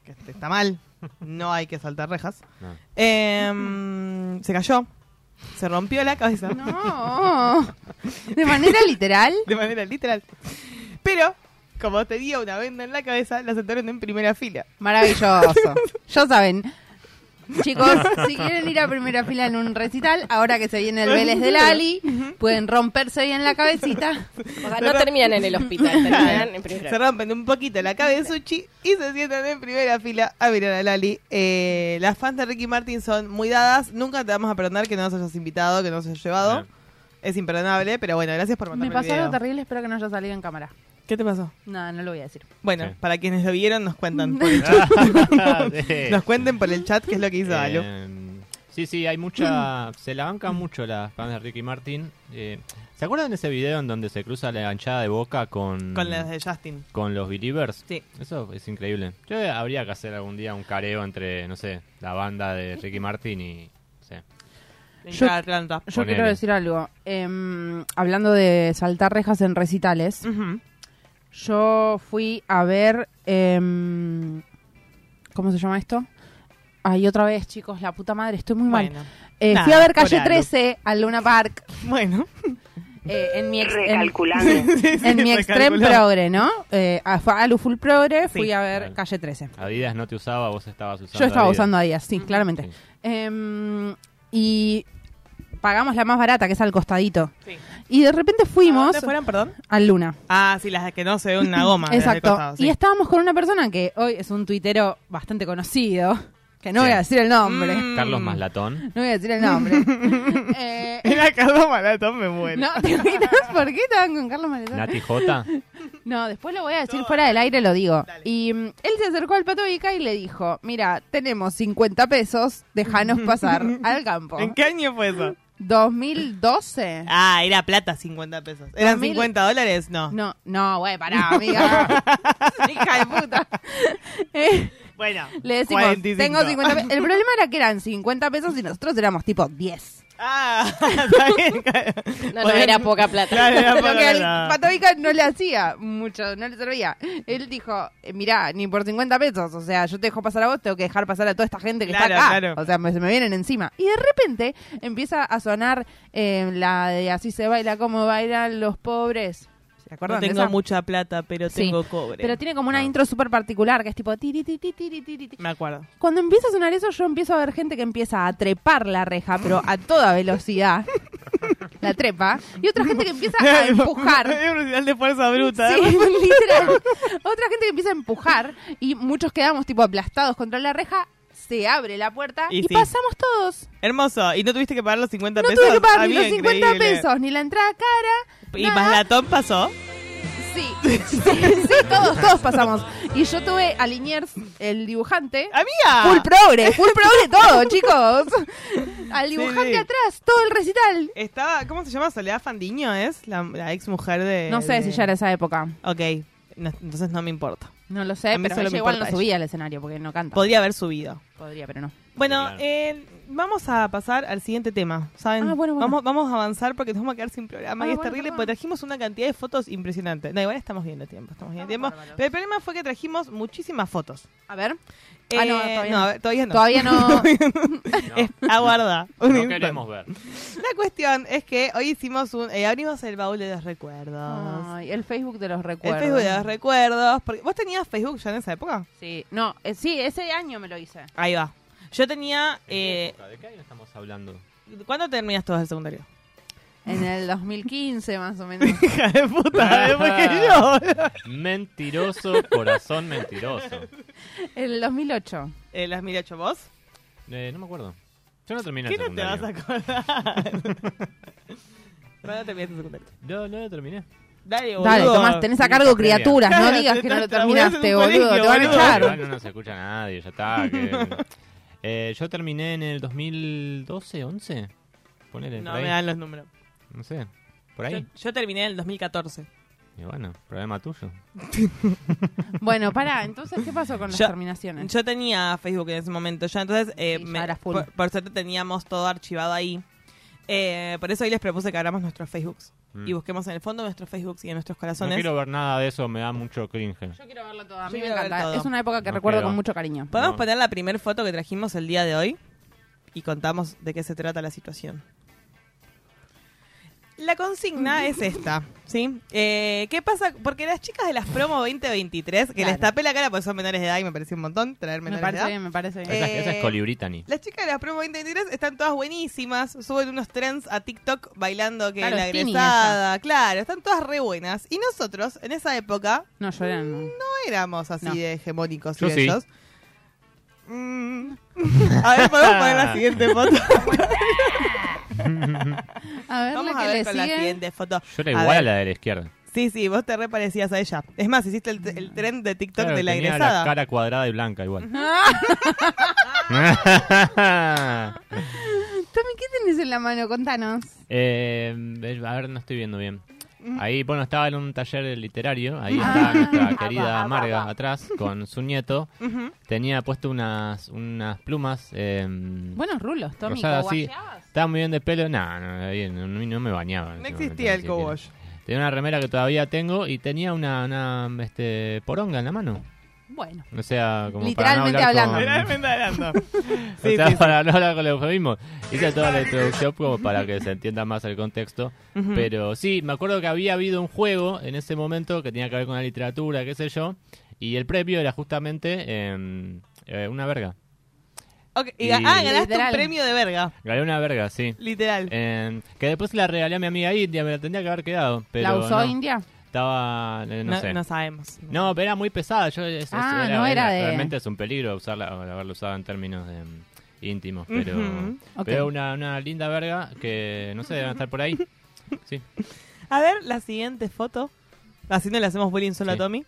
Speaker 4: que este, está mal, no hay que saltar rejas.
Speaker 5: No.
Speaker 4: Em, se cayó, se rompió la cabeza,
Speaker 10: No. De manera literal.
Speaker 4: de manera literal. Pero, como tenía una venda en la cabeza, la sentaron en primera fila.
Speaker 10: Maravilloso. Ya saben. Chicos, si quieren ir a primera fila en un recital, ahora que se viene el Vélez del Ali, pueden romperse bien la cabecita.
Speaker 7: O sea, no terminan en el hospital, terminan
Speaker 4: Se
Speaker 7: en primera.
Speaker 4: rompen un poquito la cabeza Suchi y se sientan en primera fila a mirar a Lali. Eh, las fans de Ricky Martin son muy dadas. Nunca te vamos a perdonar que no nos hayas invitado, que no nos hayas llevado.
Speaker 5: Ah.
Speaker 4: Es imperdonable, pero bueno, gracias por
Speaker 10: Me
Speaker 4: mandarme el
Speaker 10: pasó algo
Speaker 4: video.
Speaker 10: terrible, espero que no haya salido en cámara.
Speaker 4: ¿Qué te pasó?
Speaker 10: No, no lo voy a decir.
Speaker 4: Bueno,
Speaker 5: Sí.
Speaker 4: para quienes lo vieron, nos cuentan por el chat. nos cuenten por el chat qué es lo que hizo Alu.
Speaker 5: Eh, sí, sí, hay mucha... Se la banca mucho las fans de Ricky Martin. Eh, ¿Se acuerdan de ese video en donde se cruza la ganchada de boca con...
Speaker 4: Con las de Justin.
Speaker 5: con los Believers?
Speaker 4: Sí.
Speaker 5: Eso es increíble. Yo habría que hacer algún día un careo entre, no sé, la banda de Ricky Martin y... no sé,
Speaker 4: En
Speaker 6: Yo-
Speaker 4: cada Atlanta.
Speaker 6: Yo
Speaker 5: Ponele.
Speaker 6: quiero decir algo. Em, hablando de saltar rejas en recitales,
Speaker 4: Ujú.
Speaker 6: yo fui a ver. em, ¿Cómo se llama esto? Ay, otra vez, chicos, la puta madre, estoy muy mal.
Speaker 4: Bueno.
Speaker 6: Eh,
Speaker 4: nada,
Speaker 6: fui a ver Calle
Speaker 4: corealo.
Speaker 6: 13 al Luna Park
Speaker 4: Bueno.
Speaker 6: eh, en mi ex- en-
Speaker 11: Recalculando.
Speaker 6: en mi extreme progre, ¿no? Eh, a, fue a Lu Full Progre fui
Speaker 4: Sí.
Speaker 6: a ver
Speaker 5: Claro.
Speaker 6: Calle 13.
Speaker 5: Adidas no te usaba, vos estabas usando
Speaker 6: Yo estaba
Speaker 5: Adidas.
Speaker 6: usando Adidas, sí, claramente.
Speaker 5: Sí.
Speaker 6: Em, y pagamos la más barata, que es al costadito.
Speaker 4: Sí.
Speaker 6: Y de repente
Speaker 4: ¿A
Speaker 6: fuimos
Speaker 4: dónde fueron, perdón?
Speaker 6: al Luna.
Speaker 4: Ah, sí, las que no se ve una goma. las del
Speaker 6: Exacto.
Speaker 4: costado, sí.
Speaker 6: Y estábamos con una persona que hoy es un tuitero bastante conocido, que no voy
Speaker 5: Sí.
Speaker 6: a decir el nombre.
Speaker 4: Mm.
Speaker 5: Carlos Maslatón.
Speaker 6: No voy a decir el nombre. Eh,
Speaker 4: Era Carlos Maratón, me muero.
Speaker 6: no, ¿te imaginas por qué estaban con Carlos Maletón?
Speaker 5: Nati J.
Speaker 6: No, después lo voy a decir
Speaker 4: Todo.
Speaker 6: fuera del aire, lo digo.
Speaker 4: Dale.
Speaker 6: Y mm, él se acercó al Pato Vica y le dijo, mira, tenemos 50 pesos, déjanos pasar al campo.
Speaker 4: ¿En qué año fue eso?
Speaker 6: 2012.
Speaker 4: Ah, era plata 50 pesos. ¿Eran 50 dólares? No.
Speaker 6: No, no, güey, pará, amiga. Hija de puta. Eh,
Speaker 4: Bueno,
Speaker 6: le decimos,
Speaker 4: 45.
Speaker 6: tengo 50 pesos. El problema era que eran 50 pesos y nosotros éramos tipo 10.
Speaker 4: Ah, está bien.
Speaker 7: No, no,
Speaker 4: Bueno,
Speaker 7: era poca plata.
Speaker 4: Claro, era
Speaker 6: Lo
Speaker 4: poca
Speaker 6: que al
Speaker 4: plata.
Speaker 6: Pato Vica no le hacía mucho, no le servía. Él dijo, eh, mirá, ni por 50 pesos, o sea, yo te dejo pasar a vos, tengo que dejar pasar a toda esta gente que
Speaker 4: Claro,
Speaker 6: está acá.
Speaker 4: claro.
Speaker 6: O sea, me, se me vienen encima. Y de repente empieza a sonar eh, la de así se baila, como bailan los pobres. ¿Se acuerdan
Speaker 4: No
Speaker 6: de
Speaker 4: tengo
Speaker 6: esa?
Speaker 4: mucha plata, pero
Speaker 6: Sí,
Speaker 4: tengo cobre.
Speaker 6: Pero tiene como una intro súper particular que es tipo tiri, tiri, tiri, tiri, tiri.
Speaker 4: Me acuerdo.
Speaker 6: Cuando empieza a sonar eso, yo empiezo a ver gente que empieza a trepar la reja, pero a toda velocidad. la trepa. Y otra gente que empieza a empujar.
Speaker 4: Era un recital de fuerza bruta.
Speaker 6: Sí, literal. Otra gente que empieza a empujar y muchos quedamos tipo aplastados contra la reja, se abre la puerta
Speaker 4: Y
Speaker 6: y,
Speaker 4: sí.
Speaker 6: pasamos todos.
Speaker 4: Hermoso. ¿Y no tuviste que pagar los 50
Speaker 6: No
Speaker 4: pesos?
Speaker 6: tuve que pagar ni
Speaker 4: Amiga,
Speaker 6: los 50
Speaker 4: increíble.
Speaker 6: pesos, ni la entrada cara.
Speaker 4: ¿Y
Speaker 6: nada.
Speaker 4: Maslatón pasó?
Speaker 6: Sí, sí, sí, todos, todos pasamos. Y yo tuve a Liniers, el dibujante.
Speaker 4: ¡Amiga!
Speaker 6: Full progre, full progre todo, chicos. Al dibujante
Speaker 4: sí.
Speaker 6: atrás, todo el recital.
Speaker 4: Estaba, ¿cómo se llama? Soledad Fandiño, ¿es? La, la ex mujer de...
Speaker 6: No sé
Speaker 4: de-
Speaker 6: si ya era esa época.
Speaker 4: Ok, no- entonces no me importa.
Speaker 6: No lo
Speaker 4: A
Speaker 6: sé,
Speaker 4: mí
Speaker 6: pero
Speaker 4: solo
Speaker 6: ella
Speaker 4: me
Speaker 6: igual no
Speaker 4: importa
Speaker 6: subía al escenario porque no canta.
Speaker 4: Podría haber subido.
Speaker 6: Podría, pero no.
Speaker 4: Bueno,
Speaker 5: Claro.
Speaker 4: eh, vamos a pasar al siguiente tema, ¿saben?
Speaker 6: Ah, bueno, bueno.
Speaker 4: Vamos, vamos a avanzar porque nos vamos a quedar sin programa
Speaker 6: Ah,
Speaker 4: y es
Speaker 6: bueno,
Speaker 4: terrible
Speaker 6: perdón.
Speaker 4: porque trajimos una cantidad de fotos impresionante. No, igual estamos bien de tiempo, estamos bien de tiempo.
Speaker 6: Estamos bárbaros.
Speaker 4: Pero el problema fue que trajimos muchísimas fotos.
Speaker 6: A ver. Ah, no,
Speaker 4: Eh, no,
Speaker 6: todavía no.
Speaker 4: a ver, todavía no.
Speaker 6: Todavía no.
Speaker 4: Eh, aguarda. un
Speaker 5: No
Speaker 4: instante.
Speaker 5: queremos ver.
Speaker 4: La cuestión es que hoy hicimos un... eh, abrimos el baúl de los recuerdos.
Speaker 6: Ay, el Facebook de los
Speaker 4: el
Speaker 6: recuerdos.
Speaker 4: Facebook de los recuerdos. Porque, ¿Vos tenías Facebook ya en esa época?
Speaker 6: Sí, no, eh, sí, ese año me lo hice.
Speaker 4: Ahí va. Yo tenía... eh,
Speaker 5: ¿De qué época? ¿De qué año estamos hablando?
Speaker 4: ¿Cuándo terminas todo el secundario?
Speaker 6: En el 2015 más o menos.
Speaker 4: Hija de puta, después que yo. boludo.
Speaker 5: Mentiroso, corazón mentiroso.
Speaker 6: En el 2008.
Speaker 4: Eh, ¿Las 1008 vos?
Speaker 5: Eh, no me acuerdo. Yo no terminé el
Speaker 4: ¿Qué no te vas a
Speaker 5: secundario.
Speaker 4: acordar? Bueno, terminaste secundario.
Speaker 5: No, no lo terminé.
Speaker 4: Dale, boludo.
Speaker 6: Dale, Tomás, tenés a cargo
Speaker 5: previa.
Speaker 6: criaturas, no
Speaker 4: Cállate,
Speaker 6: digas que no lo
Speaker 4: te aburrís en un
Speaker 6: terminaste,
Speaker 4: colegio,
Speaker 6: boludo, te van a
Speaker 4: boludo.
Speaker 5: Igual
Speaker 6: echar.
Speaker 5: no nos escucha nadie, ya está. que- Eh, yo terminé en el 2012, 11. Ponele,
Speaker 4: No
Speaker 5: por ahí.
Speaker 4: me dan los números.
Speaker 5: No sé, por
Speaker 4: Yo,
Speaker 5: ahí.
Speaker 4: yo terminé en el 2014.
Speaker 5: Y bueno, problema tuyo.
Speaker 6: Bueno, pará, entonces, ¿qué pasó con las
Speaker 4: Yo-
Speaker 6: terminaciones?
Speaker 4: Yo tenía Facebook en ese momento. Yo entonces, eh,
Speaker 6: Sí, ya
Speaker 4: me-
Speaker 6: eras full.
Speaker 4: por, por suerte teníamos todo archivado ahí. Eh, por eso hoy les propuse que abramos nuestros Facebooks.
Speaker 5: Mm.
Speaker 4: Y busquemos en el fondo nuestros Facebooks y en nuestros
Speaker 5: No
Speaker 4: corazones.
Speaker 5: quiero ver nada de eso, me da mucho cringe.
Speaker 6: Yo quiero verlo todo, a
Speaker 4: mí me encanta.
Speaker 6: Es una época que
Speaker 5: No
Speaker 6: recuerdo
Speaker 5: quiero.
Speaker 6: con mucho cariño.
Speaker 4: Podemos
Speaker 5: No.
Speaker 4: poner la primera foto que trajimos el día de hoy y contamos de qué se trata la situación. La consigna es esta, ¿sí? Eh, ¿Qué pasa? Porque las chicas de las promo 2023, que
Speaker 6: Claro.
Speaker 4: les tapé la cara porque son menores de edad y me pareció un montón traer
Speaker 6: Me
Speaker 4: menores de
Speaker 6: parece
Speaker 4: edad.
Speaker 6: bien, me parece bien.
Speaker 5: Esa,
Speaker 4: Eh,
Speaker 5: esa es Colibritani.
Speaker 4: Las chicas de las promo 2023 están todas buenísimas, suben unos trends a TikTok bailando que
Speaker 6: Claro,
Speaker 4: la
Speaker 6: es teeny
Speaker 4: egresada, claro, están todas re buenas. Y nosotros, en esa época,
Speaker 6: No, yo era... no.
Speaker 4: no éramos así
Speaker 6: No.
Speaker 4: de hegemónicos
Speaker 5: Yo
Speaker 4: y
Speaker 5: sí.
Speaker 4: bellos. Mm. A ver, podemos poner
Speaker 5: Ah.
Speaker 4: la siguiente foto.
Speaker 6: A ver,
Speaker 4: Vamos
Speaker 6: la
Speaker 4: a
Speaker 6: que
Speaker 4: ver
Speaker 6: le
Speaker 4: con la
Speaker 6: sigue.
Speaker 4: siguiente foto.
Speaker 5: Yo era
Speaker 4: A
Speaker 5: igual a
Speaker 4: ver.
Speaker 5: la de la izquierda.
Speaker 4: Sí, sí, vos te reparecías a ella. Es más, hiciste el, el tren de TikTok
Speaker 5: Claro,
Speaker 4: de la
Speaker 5: tenía
Speaker 4: egresada.
Speaker 5: la cara cuadrada y blanca igual.
Speaker 4: Ah.
Speaker 6: Tommy, ¿qué tenés en la mano? Contanos.
Speaker 5: Eh, a ver, no estoy viendo bien. Ahí, bueno, estaba en un taller literario,
Speaker 4: Ah.
Speaker 5: ahí está nuestra querida Marga atrás con su nieto.
Speaker 4: Ujú.
Speaker 5: Tenía puesto unas, unas plumas. Eh,
Speaker 6: Buenos rulos, Tommy.
Speaker 5: rosadas, sí.
Speaker 6: guayadas.
Speaker 5: Estaba muy bien de pelo. Nah, no, ahí no, no me bañaba. en
Speaker 4: No
Speaker 5: ese momento,
Speaker 4: existía el
Speaker 5: ni siquiera.
Speaker 4: cowash.
Speaker 5: Tenía una remera que todavía tengo y tenía una, una, este, poronga en la mano.
Speaker 6: Bueno.
Speaker 5: O sea, como
Speaker 6: Literalmente
Speaker 5: para no hablar con-
Speaker 6: hablando.
Speaker 4: Realmente hablando.
Speaker 5: o
Speaker 4: Sí,
Speaker 5: sea,
Speaker 4: sí, sí.
Speaker 5: para no hablar con el eufemismo. Hice toda la introducción como para que se entienda más el contexto.
Speaker 4: Ujú.
Speaker 5: Pero sí, me acuerdo que había habido un juego en ese momento que tenía que ver con la literatura, qué sé yo. Y el premio era justamente eh, eh, una verga.
Speaker 4: Ok, y
Speaker 5: Y-
Speaker 4: ga- ah, ganaste
Speaker 6: Literal.
Speaker 4: un premio de verga.
Speaker 5: Gané una verga, sí.
Speaker 4: Literal.
Speaker 5: Eh, que después se la regalé a mi amiga India, me la tendría que haber quedado. Pero
Speaker 6: ¿La usó
Speaker 5: no,
Speaker 6: India?
Speaker 5: Estaba, eh, no,
Speaker 4: no,
Speaker 5: sé.
Speaker 4: no sabemos.
Speaker 5: No, pero era muy pesada. Yo, es- es-
Speaker 6: Ah, no era de-
Speaker 5: Realmente es un peligro usarla, o haberlo usado en términos de, mm, íntimos, pero,
Speaker 4: Ujú.
Speaker 6: Ok.
Speaker 5: pero una, una linda verga que no sé, deben estar por ahí. Sí.
Speaker 4: A ver, la siguiente foto. Así no le hacemos bullying solo a
Speaker 5: Sí.
Speaker 4: Tommy.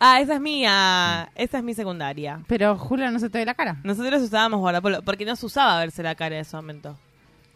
Speaker 4: Ah, esa es mía. Esa es mi secundaria.
Speaker 6: Pero Julio no se te ve la cara.
Speaker 4: Nosotros usábamos guardapolvo, porque no se usaba verse la cara en ese momento.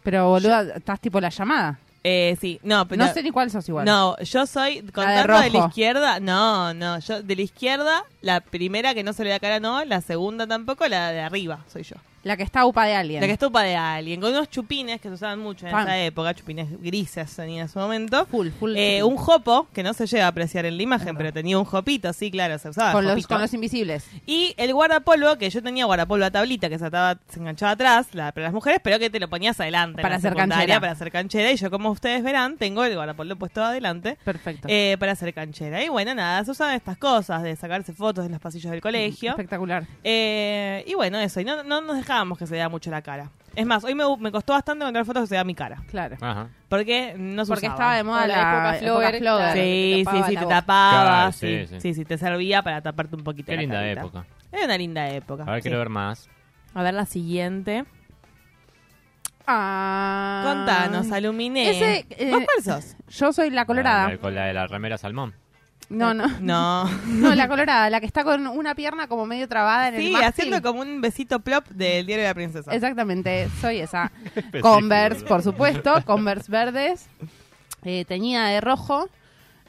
Speaker 6: Pero boluda, estás tipo la llamada.
Speaker 4: Eh, sí, no, pero...
Speaker 6: no sé ni cuál sos igual.
Speaker 4: No, yo soy, contando de, la
Speaker 6: rojo.
Speaker 4: izquierda, no, no, yo de la izquierda, la primera que no se le da cara no, la segunda tampoco, la de arriba soy yo.
Speaker 6: La que está upa de alguien.
Speaker 4: La que estupa de alguien, con unos chupines que se usaban mucho en
Speaker 6: Fan.
Speaker 4: esa época, chupines grises tenía en su momento.
Speaker 6: Full, full.
Speaker 4: Eh, un jopo, que no se llega a apreciar en la imagen, pero tenía un jopito, sí, claro, se usaba.
Speaker 6: con, los,
Speaker 4: jopito.
Speaker 6: con los invisibles.
Speaker 4: Y el guardapolvo, que yo tenía guardapolvo a tablita que se ataba, se enganchaba atrás, la para las mujeres, pero que te lo ponías adelante. en
Speaker 6: Para
Speaker 4: la
Speaker 6: hacer
Speaker 4: secundaria,
Speaker 6: canchera.
Speaker 4: Para hacer canchera. Y yo, como ustedes verán, tengo el guardapolvo puesto adelante.
Speaker 6: Perfecto.
Speaker 4: eh, para hacer canchera. Y bueno, nada, se usaban estas cosas de sacarse fotos en los pasillos del colegio.
Speaker 6: Espectacular.
Speaker 4: Eh, y bueno, eso. Y no, no nos dejábamos que se vea mucho la cara. Es más, hoy me, me costó bastante encontrar fotos que se vea mi cara.
Speaker 6: Claro.
Speaker 5: Ajá.
Speaker 4: Porque no se
Speaker 6: Porque
Speaker 4: usaba.
Speaker 6: estaba de moda
Speaker 7: O la
Speaker 6: la,
Speaker 7: época Flower, claro.
Speaker 4: Sí, sí,
Speaker 7: te tapaba
Speaker 4: sí,
Speaker 7: la
Speaker 4: te
Speaker 7: boca.
Speaker 5: Claro,
Speaker 4: tapabas.
Speaker 5: sí,
Speaker 4: Sí,
Speaker 5: sí.
Speaker 4: sí, sí, te servía para taparte un poquito.
Speaker 5: Qué
Speaker 4: la
Speaker 5: linda
Speaker 4: carita.
Speaker 5: época.
Speaker 4: Era una linda época.
Speaker 5: A
Speaker 4: sí.
Speaker 5: ver, quiero ver más.
Speaker 4: A ver la siguiente.
Speaker 6: Ah.
Speaker 4: Contanos, aluminé.
Speaker 6: Ese, eh,
Speaker 4: ¿Vos cuál sos?
Speaker 6: Yo soy la colorada.
Speaker 5: Ah, La, con la de la remera salmón.
Speaker 6: No, no.
Speaker 4: No.
Speaker 6: No, la colorada, la que está con una pierna como medio trabada en el
Speaker 4: Sí,
Speaker 6: mástil.
Speaker 4: haciendo como un besito plop del diario de la princesa.
Speaker 6: Exactamente, soy esa. Converse, por supuesto, Converse verdes, eh, teñida de rojo,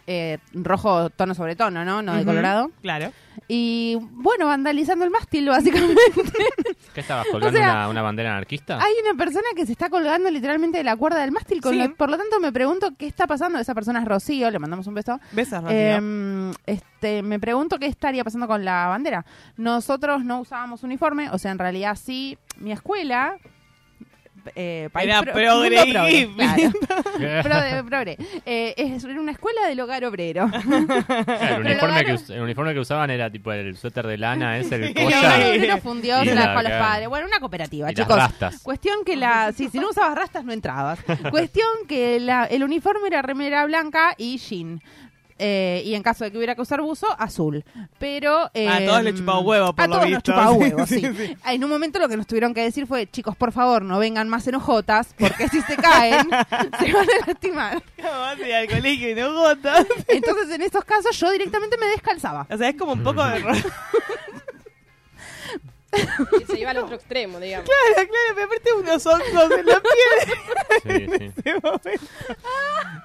Speaker 6: eh, rojo tono sobre tono, ¿no? No de
Speaker 4: Ujú,
Speaker 6: colorado.
Speaker 4: Claro.
Speaker 6: Y bueno, vandalizando el mástil, básicamente.
Speaker 5: ¿Qué estabas colgando?
Speaker 6: sea,
Speaker 5: una, una bandera anarquista?
Speaker 6: Hay una persona que se está colgando literalmente de la cuerda del mástil, con
Speaker 4: Sí.
Speaker 6: lo- por lo tanto me pregunto qué está pasando. Esa persona es Rocío, le mandamos un beso.
Speaker 4: Besos, Rocío.
Speaker 6: Eh, este, me pregunto qué estaría pasando con la bandera. Nosotros no usábamos uniforme, o sea, en realidad sí. Mi escuela. eh, país
Speaker 4: Era
Speaker 6: pro-
Speaker 4: progre
Speaker 6: mundo
Speaker 4: y hippie.
Speaker 6: claro. Progre- progre. Eh, es una escuela del hogar obrero.
Speaker 5: Claro, el,
Speaker 6: Pero lo
Speaker 5: uniforme que,
Speaker 6: raro-
Speaker 5: us- el uniforme que usaban era tipo el suéter de lana, es el
Speaker 6: El hogar
Speaker 5: collar.
Speaker 6: obrero fundió,
Speaker 5: Y
Speaker 6: se la
Speaker 5: la-
Speaker 6: dejó a los
Speaker 5: claro.
Speaker 6: padres. Bueno, una cooperativa,
Speaker 5: Y las
Speaker 6: chicos.
Speaker 5: rastas.
Speaker 6: Cuestión que la. Sí, si no usabas rastas, no entrabas. Cuestión que la- el uniforme era remera blanca y jean. Eh, y en caso de que hubiera que usar buzo, azul. Pero. eh,
Speaker 4: Ah, todos les chupaba huevo, por
Speaker 6: A
Speaker 4: lo
Speaker 6: todos nos
Speaker 4: visto.
Speaker 6: chupaba
Speaker 4: Sí,
Speaker 6: huevo, sí.
Speaker 4: sí, sí.
Speaker 6: En un momento lo que nos tuvieron que decir fue: chicos, por favor, no vengan más enojotas, porque si se caen, se van a lastimar.
Speaker 4: ¿Cómo vas a ir al colegio y no gotas?
Speaker 6: Entonces, en estos casos, yo directamente me descalzaba.
Speaker 4: O sea, es como un poco de ro-
Speaker 7: Y se iba al otro extremo, digamos.
Speaker 4: Claro, claro, me aparte unos hongos en la piel
Speaker 5: Sí,
Speaker 4: en
Speaker 5: sí.
Speaker 4: ese momento.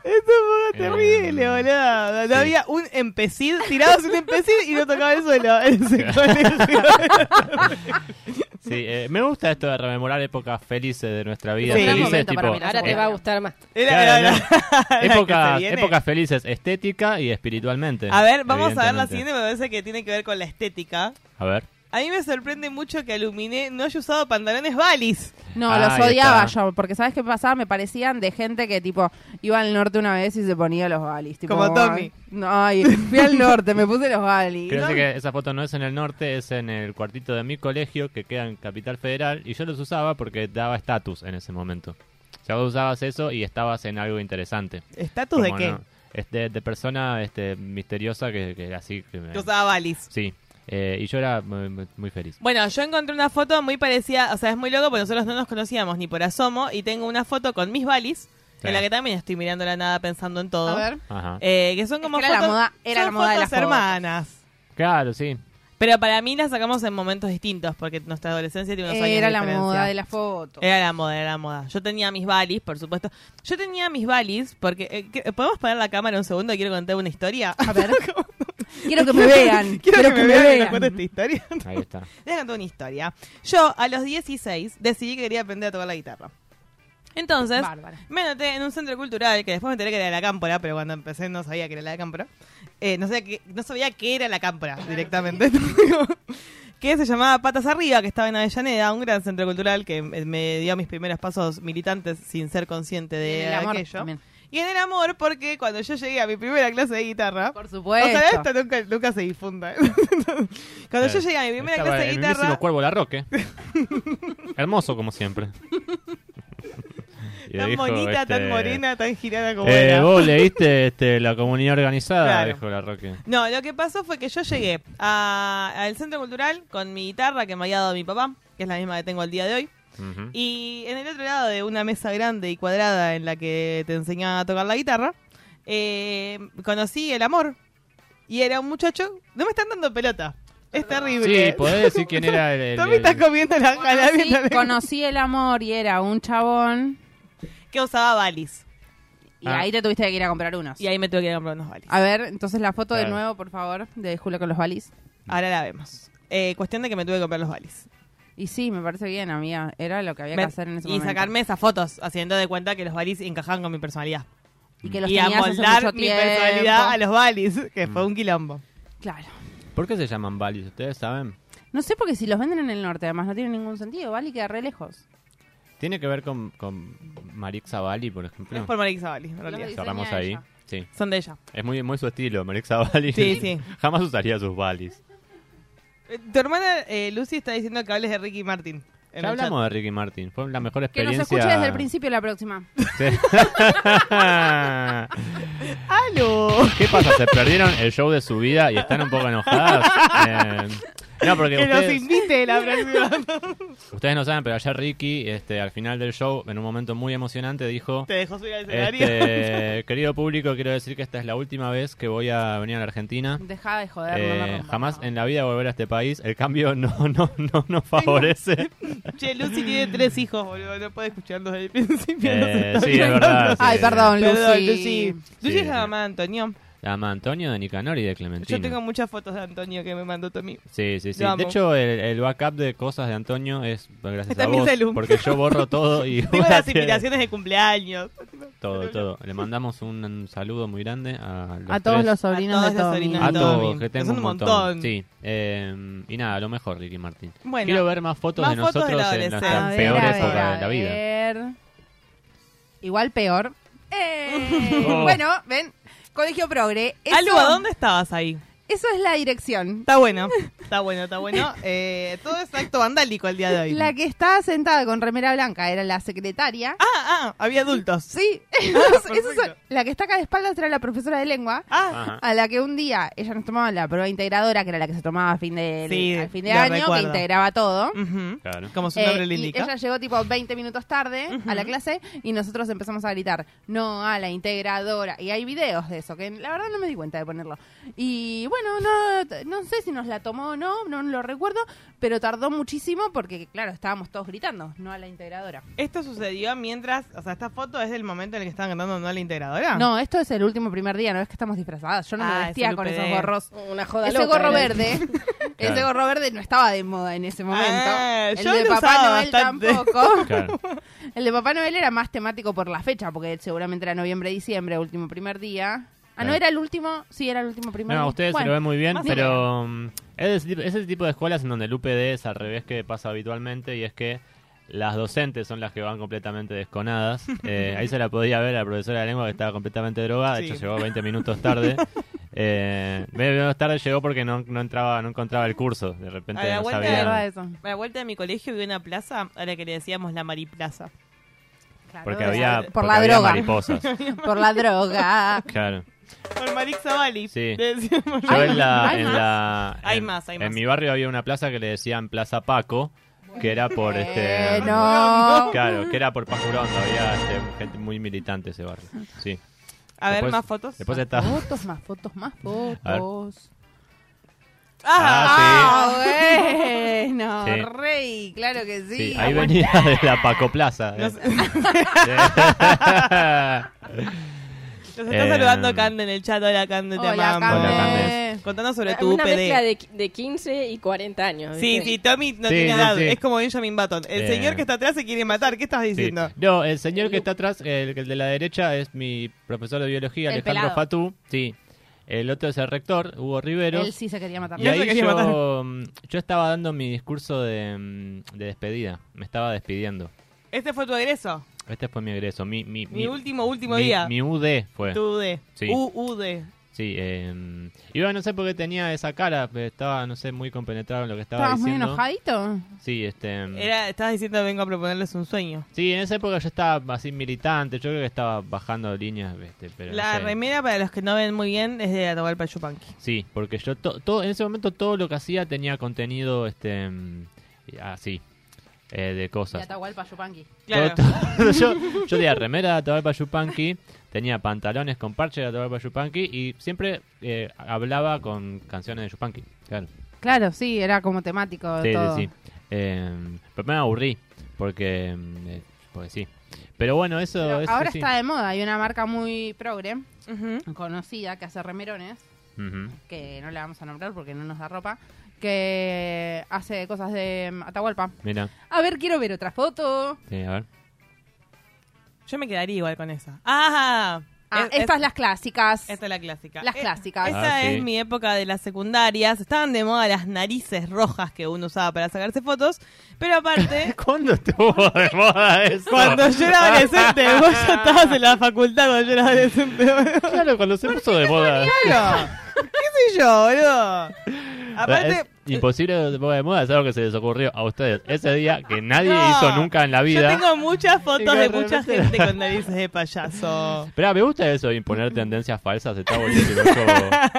Speaker 4: Esto fue terrible,
Speaker 5: Eh,
Speaker 4: boludo. No
Speaker 5: sí.
Speaker 4: había un empecid, tirabas un empecid y no tocaba el suelo. en ese colegio.
Speaker 5: Sí, eh, me gusta esto de rememorar épocas felices de nuestra vida.
Speaker 4: Sí.
Speaker 5: felices,
Speaker 6: Momento
Speaker 5: tipo,
Speaker 6: para mirar.
Speaker 7: Ahora te
Speaker 5: eh,
Speaker 7: va a gustar más.
Speaker 4: Era,
Speaker 5: Claro,
Speaker 4: era-
Speaker 5: ¿no?
Speaker 4: era que se
Speaker 5: épocas,
Speaker 4: viene.
Speaker 5: épocas felices estética y espiritualmente.
Speaker 4: A ver, vamos a ver la
Speaker 5: evidentemente.
Speaker 4: siguiente, me parece que tiene que ver con la estética.
Speaker 5: A ver.
Speaker 4: A mí me sorprende mucho que Aluminé no haya usado pantalones balis.
Speaker 6: No,
Speaker 5: Ah,
Speaker 6: los
Speaker 5: ahí
Speaker 6: odiaba
Speaker 5: está.
Speaker 6: yo, porque ¿sabes qué pasaba? Me parecían de gente que, tipo, iba al norte una vez y se ponía los balis. Tipo,
Speaker 4: Como Tommy.
Speaker 6: ay, No, ay, fui al norte, me puse los balis.
Speaker 5: Creo
Speaker 6: No,
Speaker 5: que esa foto no es en el norte, es en el cuartito de mi colegio que queda en Capital Federal y yo los usaba porque daba estatus en ese momento. O sea, vos usabas eso y estabas en algo interesante.
Speaker 4: ¿Estatus de
Speaker 5: Como
Speaker 4: qué?
Speaker 5: no- es de, de persona este, misteriosa que, que así... que me-
Speaker 4: Que usaba balis.
Speaker 5: Sí, Eh, y yo era muy, muy- muy feliz.
Speaker 4: Bueno, yo encontré una foto muy parecida, o sea, es muy loco porque nosotros no nos conocíamos ni por asomo y tengo una foto con mis balis,
Speaker 5: Sí.
Speaker 4: en la que también estoy mirando la nada pensando en todo.
Speaker 6: A ver.
Speaker 5: Ajá.
Speaker 4: Eh, que son como
Speaker 6: que era la
Speaker 4: fotos,
Speaker 6: moda- era
Speaker 4: son
Speaker 6: la moda de
Speaker 4: fotos
Speaker 6: las
Speaker 4: hermanas.
Speaker 5: Claro, sí.
Speaker 4: Pero para mí la sacamos en momentos distintos, porque nuestra adolescencia tiene unos años
Speaker 6: Eh, Era
Speaker 4: de
Speaker 6: la
Speaker 4: diferencia. Eh.
Speaker 6: moda de la foto.
Speaker 4: Era la moda, era la moda. Yo tenía mis balis, por supuesto. Yo tenía mis balis, porque... eh, que- ¿Podemos poner la cámara un segundo? Quiero contar una historia.
Speaker 6: A ver. Quiero que me vean.
Speaker 4: Quiero que, me, vean. y nos cuente esta historia.
Speaker 5: Ahí está.
Speaker 4: Les conté una historia. Yo, a los 16, decidí que quería aprender a tocar la guitarra. Entonces,
Speaker 6: Bárbara.
Speaker 4: me anoté en un centro cultural que después me enteré que era la cámpora, pero cuando empecé no sabía que era la cámpora. Eh, no, sabía que, no sabía que era la cámpora directamente. que se llamaba Patas Arriba, que estaba en Avellaneda, un gran centro cultural que me- me dio mis primeros pasos militantes sin ser consciente de
Speaker 6: En el amor
Speaker 4: Eh, aquello.
Speaker 6: también.
Speaker 4: Y en el amor, porque cuando yo llegué a mi primera clase de guitarra,
Speaker 6: Por supuesto.
Speaker 4: Ojalá esto nunca, nunca se difunda. ¿eh? Cuando yo llegué a mi primera
Speaker 5: Eh, Estaba
Speaker 4: clase de
Speaker 5: el mismísimo
Speaker 4: guitarra,
Speaker 5: cuervo la roque. Hermoso como siempre. Y
Speaker 4: tan
Speaker 5: dijo,
Speaker 4: bonita, tan
Speaker 5: este,
Speaker 4: morena, tan girada como
Speaker 5: eh,
Speaker 4: era.
Speaker 5: vos leíste este, la comunidad organizada,
Speaker 4: Claro.
Speaker 5: dijo la roque.
Speaker 4: No, lo que pasó fue que yo llegué a- al centro cultural con mi guitarra que me había dado mi papá, que es la misma que tengo al día de hoy.
Speaker 5: Ujú.
Speaker 4: Y en el otro lado de una mesa grande y cuadrada en la que te enseñaban a tocar la guitarra, eh, conocí el amor. Y era un muchacho. No me están dando pelota. Es terrible.
Speaker 5: Sí, podés decir quién era el. el-
Speaker 4: Tommy está
Speaker 5: el-
Speaker 4: comiendo la jala
Speaker 6: Conocí,
Speaker 4: mientras-
Speaker 6: conocí el amor y era un chabón.
Speaker 4: que usaba balis.
Speaker 6: Y
Speaker 5: Ah.
Speaker 6: ahí te tuviste que ir a comprar unos.
Speaker 4: Y ahí me tuve que ir a comprar unos balis.
Speaker 6: A ver, entonces la foto de
Speaker 5: Claro.
Speaker 6: nuevo, por favor, de Julio con los balis.
Speaker 4: Ahora la vemos. Eh, cuestión de que me tuve que comprar los balis.
Speaker 6: Y sí, me parece bien, amiga. Era lo que había
Speaker 4: Me-
Speaker 6: que hacer en ese
Speaker 4: y
Speaker 6: momento.
Speaker 4: sacarme esas fotos, haciendo de cuenta que los balis encajaban con mi personalidad.
Speaker 6: Y que los
Speaker 4: y
Speaker 6: tenías hace
Speaker 4: amoldar
Speaker 6: mucho
Speaker 4: mi personalidad a
Speaker 6: tiempo.
Speaker 4: los balis, que
Speaker 5: Mm.
Speaker 4: fue un quilombo.
Speaker 6: Claro.
Speaker 5: ¿Por qué se llaman Valis? ¿Ustedes saben?
Speaker 6: No sé porque si los venden en el norte, además no tiene ningún sentido. Bali queda re lejos.
Speaker 5: ¿Tiene que ver con, con Marixa Bali, por ejemplo?
Speaker 4: Es por Marisa Balis, en realidad.
Speaker 6: Los
Speaker 5: Cerramos
Speaker 6: diseña
Speaker 5: ahí.
Speaker 6: ella.
Speaker 5: Sí.
Speaker 4: Son de ella.
Speaker 5: Es muy, muy su estilo, Marixa Bali.
Speaker 4: Sí, sí.
Speaker 5: Jamás usaría sus Valis.
Speaker 4: Eh, tu hermana eh, Lucy está diciendo que hables de Ricky Martin. en
Speaker 5: Ya
Speaker 4: el
Speaker 5: hablamos de Ricky Martin. Fue la mejor
Speaker 6: Que nos
Speaker 5: experiencia.
Speaker 6: escuche desde el principio la próxima.
Speaker 5: Sí.
Speaker 4: chat. ¡Aló!
Speaker 5: ¿Qué pasa? ¿Se perdieron el show de su vida y están un poco enojadas? Eh, no, porque
Speaker 4: Que nos
Speaker 5: ustedes,
Speaker 4: invite la próxima.
Speaker 5: ustedes no saben, pero ayer Ricky, este, al final del show, en un momento muy emocionante, dijo...
Speaker 4: Te dejó subir al escenario.
Speaker 5: Este, querido público, quiero decir que esta es la última vez que voy a venir a la Argentina.
Speaker 6: Deja de joder. no
Speaker 5: Eh,
Speaker 6: me rompas,
Speaker 5: jamás
Speaker 6: no.
Speaker 5: en la vida volver a este país. El cambio no no no nos favorece.
Speaker 4: Che, Lucy tiene tres hijos, boludo. No puede escucharlos desde el principio. no se
Speaker 5: Eh,
Speaker 4: está
Speaker 5: sí, es
Speaker 4: mirando.
Speaker 5: verdad.
Speaker 6: Ay,
Speaker 5: sí.
Speaker 6: perdón, Lucy.
Speaker 4: Perdón, Lucy. Lucy
Speaker 5: Sí,
Speaker 4: es la
Speaker 5: sí.
Speaker 4: mamá de Antonio.
Speaker 5: La mamá de Antonio, de Nicanor y de Clementina.
Speaker 4: Yo tengo muchas fotos de Antonio que me mandó Tommy.
Speaker 5: Sí, sí, sí.
Speaker 4: Lo amo.
Speaker 5: De hecho, el, el backup de cosas de Antonio es gracias
Speaker 4: Está
Speaker 5: a
Speaker 4: en mi
Speaker 5: vos.
Speaker 4: celu.
Speaker 5: Porque yo borro todo y...
Speaker 4: Tengo
Speaker 5: vos
Speaker 4: las
Speaker 5: haces
Speaker 4: inspiraciones de cumpleaños.
Speaker 5: Todo, todo. Le mandamos un, un saludo muy grande a los
Speaker 6: A todos
Speaker 5: tres.
Speaker 6: los sobrinos
Speaker 4: A todos
Speaker 6: de
Speaker 4: los
Speaker 6: Tommy.
Speaker 4: sobrinos
Speaker 5: A
Speaker 4: de
Speaker 5: todos,
Speaker 4: Tommy.
Speaker 5: que tengo
Speaker 4: Son
Speaker 5: un
Speaker 4: un
Speaker 5: montón.
Speaker 4: montón.
Speaker 5: Sí. eh, y nada, lo mejor, Ricky Martín.
Speaker 4: Bueno.
Speaker 5: Quiero ver más fotos
Speaker 4: Más
Speaker 5: de
Speaker 4: fotos de
Speaker 5: nosotros
Speaker 4: la
Speaker 5: en
Speaker 4: adolescencia.
Speaker 5: nuestra
Speaker 4: A ver,
Speaker 5: peor
Speaker 4: a ver,
Speaker 5: época
Speaker 4: a
Speaker 5: de la vida.
Speaker 6: vida. Igual peor. Eh,
Speaker 5: Oh.
Speaker 6: Bueno, ven, Colegio Progre. Eso,
Speaker 4: Alba, ¿dónde estabas ahí?
Speaker 6: eso es la dirección.
Speaker 4: Está bueno, está bueno, está bueno. Eh, todo es acto vandálico el día de hoy.
Speaker 6: La que estaba sentada con remera blanca era la secretaria.
Speaker 4: Ah, ah, había adultos.
Speaker 5: Ah,
Speaker 6: Sí,
Speaker 4: perfecto.
Speaker 6: Eso es- la que está acá de espaldas era la profesora de lengua.
Speaker 4: Ah,
Speaker 5: Ajá.
Speaker 6: A la que un día ella nos tomaba la prueba integradora, que era la que se tomaba a fin de,
Speaker 4: Sí,
Speaker 6: al fin de
Speaker 4: lo
Speaker 6: año, que
Speaker 4: recuerdo.
Speaker 6: integraba todo.
Speaker 4: ujú.
Speaker 5: Claro.
Speaker 4: como su
Speaker 6: Eh,
Speaker 4: nombre lo
Speaker 6: y
Speaker 4: indica.
Speaker 6: ella llegó tipo 20 minutos tarde a la clase y nosotros empezamos a gritar, no a la integradora. Y hay videos de eso, que la verdad no me di cuenta de ponerlo. Y bueno, no, no sé si nos la tomó o no, no lo recuerdo, pero tardó muchísimo porque, claro, estábamos todos gritando, no a la integradora.
Speaker 4: Esto sucedió mientras, o sea, esta foto es del momento en el que estaban cantando no a la integradora.
Speaker 6: No, esto es el último primer día, no es que estamos disfrazadas. Yo no
Speaker 4: Ah,
Speaker 6: me
Speaker 4: es
Speaker 6: vestía
Speaker 4: el
Speaker 6: con
Speaker 4: UPD.
Speaker 6: esos gorros.
Speaker 7: Una joda
Speaker 6: Ese
Speaker 7: loca,
Speaker 6: gorro
Speaker 7: era.
Speaker 6: verde, ese
Speaker 5: Claro.
Speaker 6: gorro verde no estaba de moda en ese momento.
Speaker 4: Ah,
Speaker 6: el
Speaker 4: yo
Speaker 6: de
Speaker 4: lo
Speaker 6: Papá
Speaker 4: usaba
Speaker 6: Noel
Speaker 4: bastante.
Speaker 6: tampoco.
Speaker 5: Claro.
Speaker 6: El de Papá Noel era más temático por la fecha, porque seguramente era noviembre, diciembre, último primer día. Ah, no
Speaker 5: Claro.
Speaker 6: era el último, sí, era el último primer día.
Speaker 5: No, ustedes
Speaker 6: Bueno,
Speaker 5: se lo ven muy bien,
Speaker 6: más o
Speaker 5: pero mm, es el, es el tipo de escuelas en donde el UPD es al revés que pasa habitualmente y es que las docentes son las que van completamente desconadas. Eh, ahí se la podía ver a la profesora de lengua que estaba completamente drogada, de
Speaker 4: Sí.
Speaker 5: hecho llegó 20 minutos tarde. Eh, 20 minutos tarde llegó porque no, no entraba, no encontraba el curso, de repente
Speaker 4: A la
Speaker 5: no
Speaker 4: vuelta
Speaker 6: Es verdad
Speaker 5: sabía.
Speaker 6: eso.
Speaker 4: A la vuelta de mi colegio vi una plaza a la que le decíamos la Mariplaza.
Speaker 5: Porque había,
Speaker 6: por
Speaker 5: porque
Speaker 6: la
Speaker 5: había
Speaker 6: droga.
Speaker 5: mariposas.
Speaker 6: Por la droga.
Speaker 5: Claro.
Speaker 4: Por Marix Zavali.
Speaker 5: Sí.
Speaker 4: Le decíamos
Speaker 5: Yo en la,
Speaker 6: ¿Hay
Speaker 5: en
Speaker 6: más?
Speaker 5: la-
Speaker 4: Hay
Speaker 5: en-
Speaker 4: más, hay
Speaker 5: En
Speaker 4: más.
Speaker 5: mi barrio había una plaza que le decían Plaza Paco, que era por este
Speaker 6: Eh, no.
Speaker 5: Claro, que era por Pajurón, había este, gente muy militante ese barrio. Sí.
Speaker 4: A ver,
Speaker 5: Después-
Speaker 4: más fotos.
Speaker 5: Después está
Speaker 6: Fotos, más fotos, más
Speaker 5: A ver.
Speaker 6: fotos.
Speaker 5: Ah,
Speaker 6: bueno,
Speaker 5: Sí.
Speaker 6: rey, claro que sí.
Speaker 5: sí. ahí venía de la Paco Plaza. eh.
Speaker 4: Nos está
Speaker 5: Eh,
Speaker 4: saludando Cande en el chat. Hola, Cande, te
Speaker 6: Hola, Eh,
Speaker 4: amamos.
Speaker 5: Cande. Hola,
Speaker 4: Contanos sobre tu
Speaker 7: Una mezcla
Speaker 4: UPD.
Speaker 7: de, de 15 y 40 años.
Speaker 4: Sí,
Speaker 7: ¿viste?
Speaker 4: sí, Tommy no
Speaker 5: Sí,
Speaker 4: tiene
Speaker 5: sí,
Speaker 4: edad.
Speaker 5: sí.
Speaker 4: Es como Benjamin Button. El
Speaker 5: Eh.
Speaker 4: señor que está atrás se quiere matar. ¿Qué estás
Speaker 5: Sí.
Speaker 4: diciendo?
Speaker 5: No, el señor que está atrás, el, el de la derecha, es mi profesor de biología,
Speaker 6: El
Speaker 5: Alejandro
Speaker 6: pelado.
Speaker 5: Fatú. Sí. El otro es el rector, Hugo Rivero.
Speaker 6: Él sí se quería matar.
Speaker 5: Y
Speaker 4: Yo se
Speaker 5: ahí
Speaker 4: quería
Speaker 5: yo, mm, yo estaba dando mi discurso de, mm, de despedida. Me estaba despidiendo.
Speaker 4: Este fue tu egreso.
Speaker 5: Este fue mi egreso. Mi, mi,
Speaker 4: Mi, último, último
Speaker 5: mi-
Speaker 4: día.
Speaker 5: Mi UD fue.
Speaker 4: Tu UD.
Speaker 5: Sí.
Speaker 4: UUD.
Speaker 5: Sí. eh, y bueno, no sé por qué tenía esa cara. pero Estaba, no sé, muy compenetrado en lo que estaba
Speaker 6: ¿Estabas muy
Speaker 5: diciendo.
Speaker 6: enojadito?
Speaker 5: Sí, este. mm,
Speaker 4: Era, estabas diciendo vengo a proponerles un sueño.
Speaker 5: Sí, en esa época yo estaba así militante. Yo creo que estaba bajando líneas. Este, pero no
Speaker 4: La
Speaker 5: sé.
Speaker 4: remera, para los que no ven muy bien, es de Atahualpa Yupanqui.
Speaker 5: Sí, porque yo to- todo en ese momento todo lo que hacía tenía contenido este mm, así eh, de
Speaker 6: Y
Speaker 5: cosas.
Speaker 6: Atahualpa Yupanqui.
Speaker 4: Claro.
Speaker 5: Todo- todo- yo, yo tenía remera de Atahualpa Yupanqui, tenía pantalones con parche de Atahualpa Yupanqui y siempre eh, hablaba con canciones de Yupanqui. Claro.
Speaker 6: Claro, sí, era como temático.
Speaker 5: Sí,
Speaker 6: todo.
Speaker 5: sí, sí. Eh, pero me aburrí porque, mm, eh, porque sí. Pero bueno, eso,
Speaker 6: Pero
Speaker 5: eso
Speaker 6: ahora
Speaker 5: sí.
Speaker 6: está de moda. Hay una marca muy progre,
Speaker 4: Ujú.
Speaker 6: conocida, que hace remerones,
Speaker 5: Ujú.
Speaker 6: que no la vamos a nombrar porque no nos da ropa, que hace cosas de mm, Atahualpa.
Speaker 5: Mira,
Speaker 6: A ver, quiero ver otra foto.
Speaker 5: sí, a ver.
Speaker 4: Yo me quedaría igual con esa. ¡Ah!
Speaker 6: Ah,
Speaker 4: Es-
Speaker 6: estas las clásicas.
Speaker 4: Esta es la clásica.
Speaker 6: Las
Speaker 4: Eh,
Speaker 6: clásicas.
Speaker 4: Esta
Speaker 5: Ah, sí.
Speaker 4: es mi época de las secundarias. Estaban de moda las narices rojas que uno usaba para sacarse fotos. Pero aparte,
Speaker 5: ¿Cuándo estuvo de moda eso?
Speaker 4: cuando yo era adolescente, vos ya estabas en la facultad cuando yo era adolescente. boludo.
Speaker 5: Claro, cuando se puso de moda.
Speaker 4: Claro. ¿Qué sé yo, boludo?
Speaker 5: Es
Speaker 4: Aparte,
Speaker 5: imposible de de moda, es algo que se les ocurrió a ustedes ese día que nadie
Speaker 4: No.
Speaker 5: hizo nunca en la vida.
Speaker 4: yo tengo muchas
Speaker 5: Digo,
Speaker 4: fotos
Speaker 5: de
Speaker 4: de mucha
Speaker 5: repente-
Speaker 4: gente con narices de payaso.
Speaker 5: Pero ah, me gusta eso, imponer tendencias falsas, está buenísimo. eso-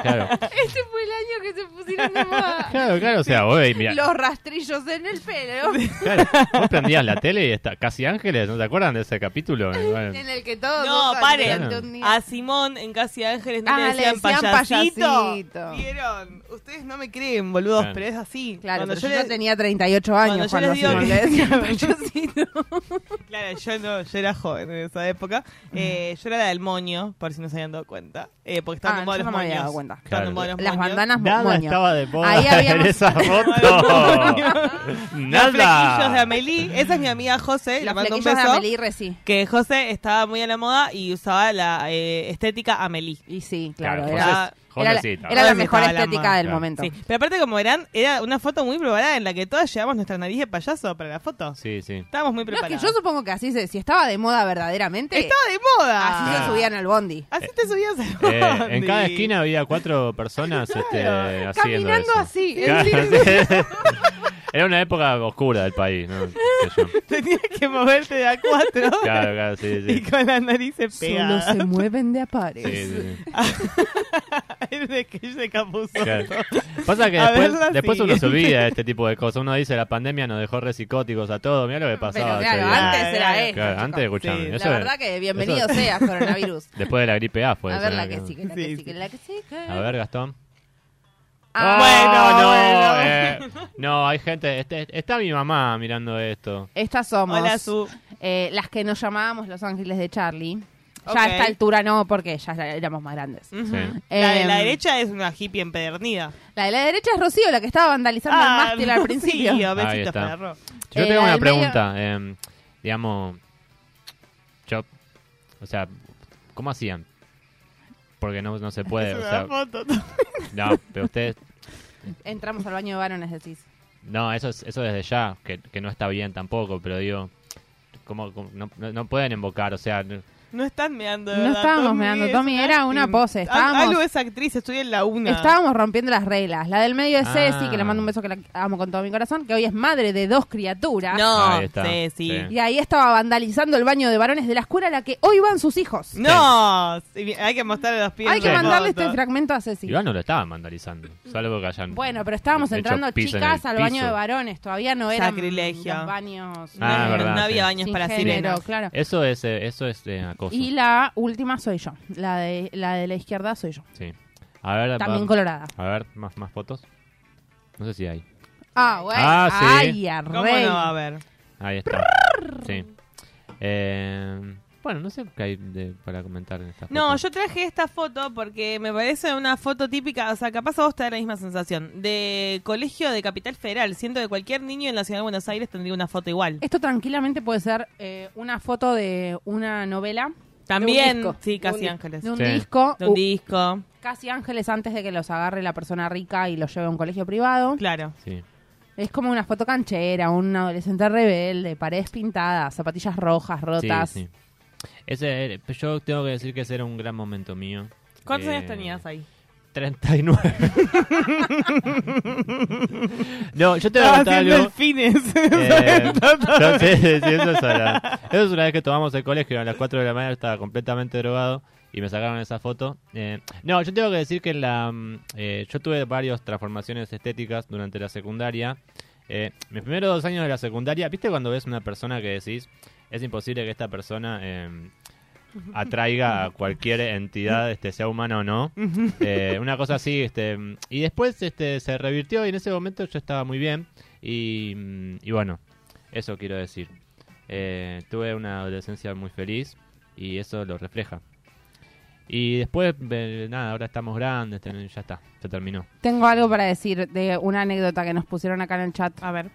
Speaker 5: claro.
Speaker 6: Este fue el año que se pusieron de moda.
Speaker 5: claro, claro, o sea, vos, veis, mirá,
Speaker 6: Los rastrillos en el pelo.
Speaker 5: claro, vos prendías la tele y está Casi Ángeles, ¿no te acuerdan de ese capítulo? Bueno,
Speaker 6: En el que todos.
Speaker 4: No,
Speaker 6: usan
Speaker 4: paren.
Speaker 6: durante un día.
Speaker 4: A Simón en Casi Ángeles no
Speaker 6: Ah,
Speaker 4: le
Speaker 6: le
Speaker 4: decían,
Speaker 6: decían
Speaker 4: payasito.
Speaker 6: payasito.
Speaker 4: ¿Vieron? Ustedes no me creen, boludos,
Speaker 5: Claro.
Speaker 4: pero es así.
Speaker 6: Claro,
Speaker 4: Cuando
Speaker 6: pero yo,
Speaker 4: le-
Speaker 6: tenía 38
Speaker 4: cuando
Speaker 6: años
Speaker 4: yo les digo
Speaker 6: Simón
Speaker 4: que-
Speaker 6: le decía payasito.
Speaker 4: Claro, yo no, yo era joven en esa época. Eh, yo era la del moño, por si no se habían dado cuenta. Eh, porque estaban
Speaker 6: Ah,
Speaker 4: de moda
Speaker 6: yo
Speaker 4: los
Speaker 6: no me había
Speaker 4: moños.
Speaker 6: dado cuenta.
Speaker 4: Estaban de moda los
Speaker 6: Las
Speaker 4: moños.
Speaker 6: bandanas
Speaker 5: Nada
Speaker 6: Ah, moño.
Speaker 5: estaba de moda
Speaker 6: Ahí
Speaker 5: en
Speaker 6: habíamos-
Speaker 5: esa
Speaker 4: Los
Speaker 5: foto.
Speaker 4: Los flequillos de
Speaker 5: Nada.
Speaker 4: Amelie. Esa es mi amiga José, le
Speaker 6: Los
Speaker 4: mando un
Speaker 6: flequillos de
Speaker 4: beso.
Speaker 6: Amelie Reci.
Speaker 4: que José estaba muy a la moda y usaba la eh, estética Amelie.
Speaker 6: Y sí, claro.
Speaker 5: Claro,
Speaker 6: era,
Speaker 5: José- José
Speaker 6: era la-
Speaker 5: sí, estaba.
Speaker 6: era la
Speaker 4: José
Speaker 6: mejor
Speaker 4: estaba la
Speaker 6: estética
Speaker 4: moda.
Speaker 6: del
Speaker 5: Claro.
Speaker 6: momento.
Speaker 4: Sí, pero aparte como verán, era una foto muy preparada en la que todas llevamos nuestra nariz de payaso para la foto.
Speaker 5: Sí, sí.
Speaker 4: Estábamos muy
Speaker 6: No, es que
Speaker 4: preparados.
Speaker 6: yo supongo que así, se, si estaba de moda verdaderamente,
Speaker 4: Estaba de moda.
Speaker 6: así se
Speaker 5: Ah.
Speaker 6: subían al bondi.
Speaker 4: Así te subías al
Speaker 5: Eh, en
Speaker 4: bondi.
Speaker 5: cada esquina había cuatro personas este, haciendo
Speaker 6: Caminando
Speaker 5: eso.
Speaker 6: así.
Speaker 4: eh.
Speaker 5: Claro,
Speaker 6: en
Speaker 5: sí. Era una época oscura del país, ¿no? Qué sé yo.
Speaker 4: Tenías que moverte de a cuatro
Speaker 5: Claro, claro, sí, sí.
Speaker 4: y con las narices
Speaker 6: Solo
Speaker 4: pegadas.
Speaker 6: se mueven de a pares.
Speaker 5: Sí, sí, sí.
Speaker 4: El de que yo de Capuzotto.
Speaker 5: Claro. Pasa que
Speaker 4: A ver,
Speaker 5: después,
Speaker 4: la
Speaker 5: después uno se
Speaker 4: siguiente.
Speaker 5: olvida de este tipo de cosas. Uno dice, la pandemia nos dejó re psicóticos a todos. Mira lo que
Speaker 6: Pero
Speaker 5: pasaba.
Speaker 6: claro,
Speaker 5: ese día.
Speaker 6: antes
Speaker 4: Claro,
Speaker 6: era esto.
Speaker 5: Claro,
Speaker 6: chicos.
Speaker 5: antes escuchaban.
Speaker 4: Sí,
Speaker 5: eso
Speaker 6: la
Speaker 5: es-
Speaker 6: verdad que bienvenido
Speaker 5: eso-
Speaker 6: sea coronavirus.
Speaker 5: Después de la gripe A fue
Speaker 6: A
Speaker 5: eso,
Speaker 6: ver
Speaker 5: ¿no?
Speaker 6: la que sigue, la
Speaker 4: Sí,
Speaker 6: que sigue, la que sigue.
Speaker 5: A ver, Gastón.
Speaker 6: Ah,
Speaker 5: Ah, no, eh, no, hay gente. este- está mi mamá mirando esto.
Speaker 6: Estas somos
Speaker 4: Hola, Su.
Speaker 6: eh, las que nos llamábamos los ángeles de Charlie. Ya
Speaker 4: Ok.
Speaker 6: a esta altura no, porque ya éramos más grandes.
Speaker 5: Sí.
Speaker 4: La de la
Speaker 6: Em,
Speaker 4: derecha es una hippie empedernida. Ah,
Speaker 6: La de la derecha es Rocío, la que estaba vandalizando el mástil al principio.
Speaker 4: Sí, besitos
Speaker 5: Ahí está.
Speaker 4: para Ro.
Speaker 5: Yo
Speaker 6: Eh,
Speaker 5: tengo una
Speaker 6: al medio-
Speaker 5: pregunta. eh, digamos, yo, o sea, ¿cómo hacían? Porque no, no se puede.
Speaker 4: Es
Speaker 5: Eh, o
Speaker 4: una
Speaker 5: sea,
Speaker 4: foto.
Speaker 5: no, pero ustedes,
Speaker 6: Entramos al baño de varones, decís.
Speaker 5: no, eso es- eso desde ya, que, que no está bien tampoco, pero digo, ¿cómo, cómo- no, no- no pueden invocar, o sea, no-
Speaker 4: No están meando. de
Speaker 6: No
Speaker 4: verdad,
Speaker 6: estábamos
Speaker 4: Tommy,
Speaker 6: meando,
Speaker 4: es
Speaker 6: Tommy,
Speaker 4: un
Speaker 6: era una
Speaker 4: acting.
Speaker 6: pose,
Speaker 4: Al-
Speaker 6: estábamos-
Speaker 4: Alu es actriz, estudia en la una.
Speaker 6: Estábamos rompiendo las reglas. La del medio es
Speaker 5: Ah.
Speaker 6: Ceci, que le mando un beso que la amo con todo mi corazón, que hoy es madre de dos criaturas.
Speaker 4: No,
Speaker 5: Ahí está,
Speaker 4: sí, sí.
Speaker 5: sí.
Speaker 6: Y ahí estaba vandalizando el baño de varones de la escuela a la que hoy van sus hijos.
Speaker 4: No, sí, hay que mostrarle los pies.
Speaker 6: Hay que
Speaker 5: Sí.
Speaker 6: mandarle
Speaker 4: Foto.
Speaker 6: este fragmento a Ceci.
Speaker 5: Iván no lo estaba vandalizando, salvo que hayan
Speaker 6: Bueno, pero estábamos
Speaker 5: hecho
Speaker 6: entrando
Speaker 5: pis en
Speaker 6: chicas
Speaker 5: el
Speaker 6: al baño
Speaker 5: piso.
Speaker 6: de varones, todavía no eran
Speaker 4: Sacrilegio.
Speaker 6: los baños
Speaker 4: No,
Speaker 5: Ah,
Speaker 4: no,
Speaker 5: verdad,
Speaker 4: no había
Speaker 5: sí.
Speaker 4: baños
Speaker 6: sin
Speaker 4: para
Speaker 6: género,
Speaker 4: sirenas.
Speaker 6: claro.
Speaker 5: Eso es, eh, eso es eh, acoso.
Speaker 6: Y la última soy yo, la de la de la izquierda soy yo,
Speaker 5: Sí. A ver,
Speaker 6: también
Speaker 5: va-
Speaker 6: colorada.
Speaker 5: a ver, más, más fotos. No sé si hay.
Speaker 6: Ah, bueno.
Speaker 5: Ah, sí.
Speaker 6: Ay,
Speaker 4: ¿Cómo
Speaker 6: arre.
Speaker 4: no va a haber?
Speaker 5: Ahí está. Sí. Eh, bueno, no sé qué hay de- para comentar en esta
Speaker 4: No,
Speaker 5: foto.
Speaker 4: yo traje esta foto porque me parece una foto típica, o sea, capaz a vos te da la misma sensación, de colegio de Capital Federal. Siento que cualquier niño en la ciudad de Buenos Aires tendría una foto igual.
Speaker 6: Esto tranquilamente puede ser eh, una foto de una novela,
Speaker 4: También,
Speaker 7: disco.
Speaker 4: sí,
Speaker 7: De
Speaker 4: Casi
Speaker 7: un-
Speaker 4: Ángeles.
Speaker 6: de un
Speaker 5: Sí.
Speaker 6: disco,
Speaker 4: De un
Speaker 6: u-
Speaker 4: disco,
Speaker 6: casi ángeles antes de que los agarre la persona rica y los lleve a un colegio privado.
Speaker 4: claro.
Speaker 5: Sí.
Speaker 6: Es como una foto canchera, un adolescente rebelde, paredes pintadas, zapatillas rojas,
Speaker 5: Sí,
Speaker 6: rotas.
Speaker 5: sí. Ese, era- pero yo tengo que decir que ese era un gran momento mío.
Speaker 4: ¿Cuántos
Speaker 5: Eh,
Speaker 4: años tenías ahí?
Speaker 5: 39. no, yo te voy a contar algo.
Speaker 4: fines.
Speaker 5: Eh, no, sí, sí, sí, eso, es ahora. Eso es una vez que tomamos el colegio, a las 4 de la mañana estaba completamente drogado y me sacaron esa foto. Eh, no, yo tengo que decir que la mm, eh, yo tuve varias transformaciones estéticas durante la secundaria. Eh, mis primeros dos años de la secundaria, ¿viste cuando ves una persona que decís, es imposible que esta persona eh, atraiga a cualquier entidad, este, sea humana o no? Eh, una cosa así, este, y después este, se revirtió y en ese momento yo estaba muy bien. Y, mm, y bueno, eso quiero decir. Eh, tuve una adolescencia muy feliz y eso lo refleja. Y después, eh, nada, ahora estamos grandes, ten- ya está, se terminó.
Speaker 6: Tengo algo para decir de una anécdota que nos pusieron acá en el chat. A ver.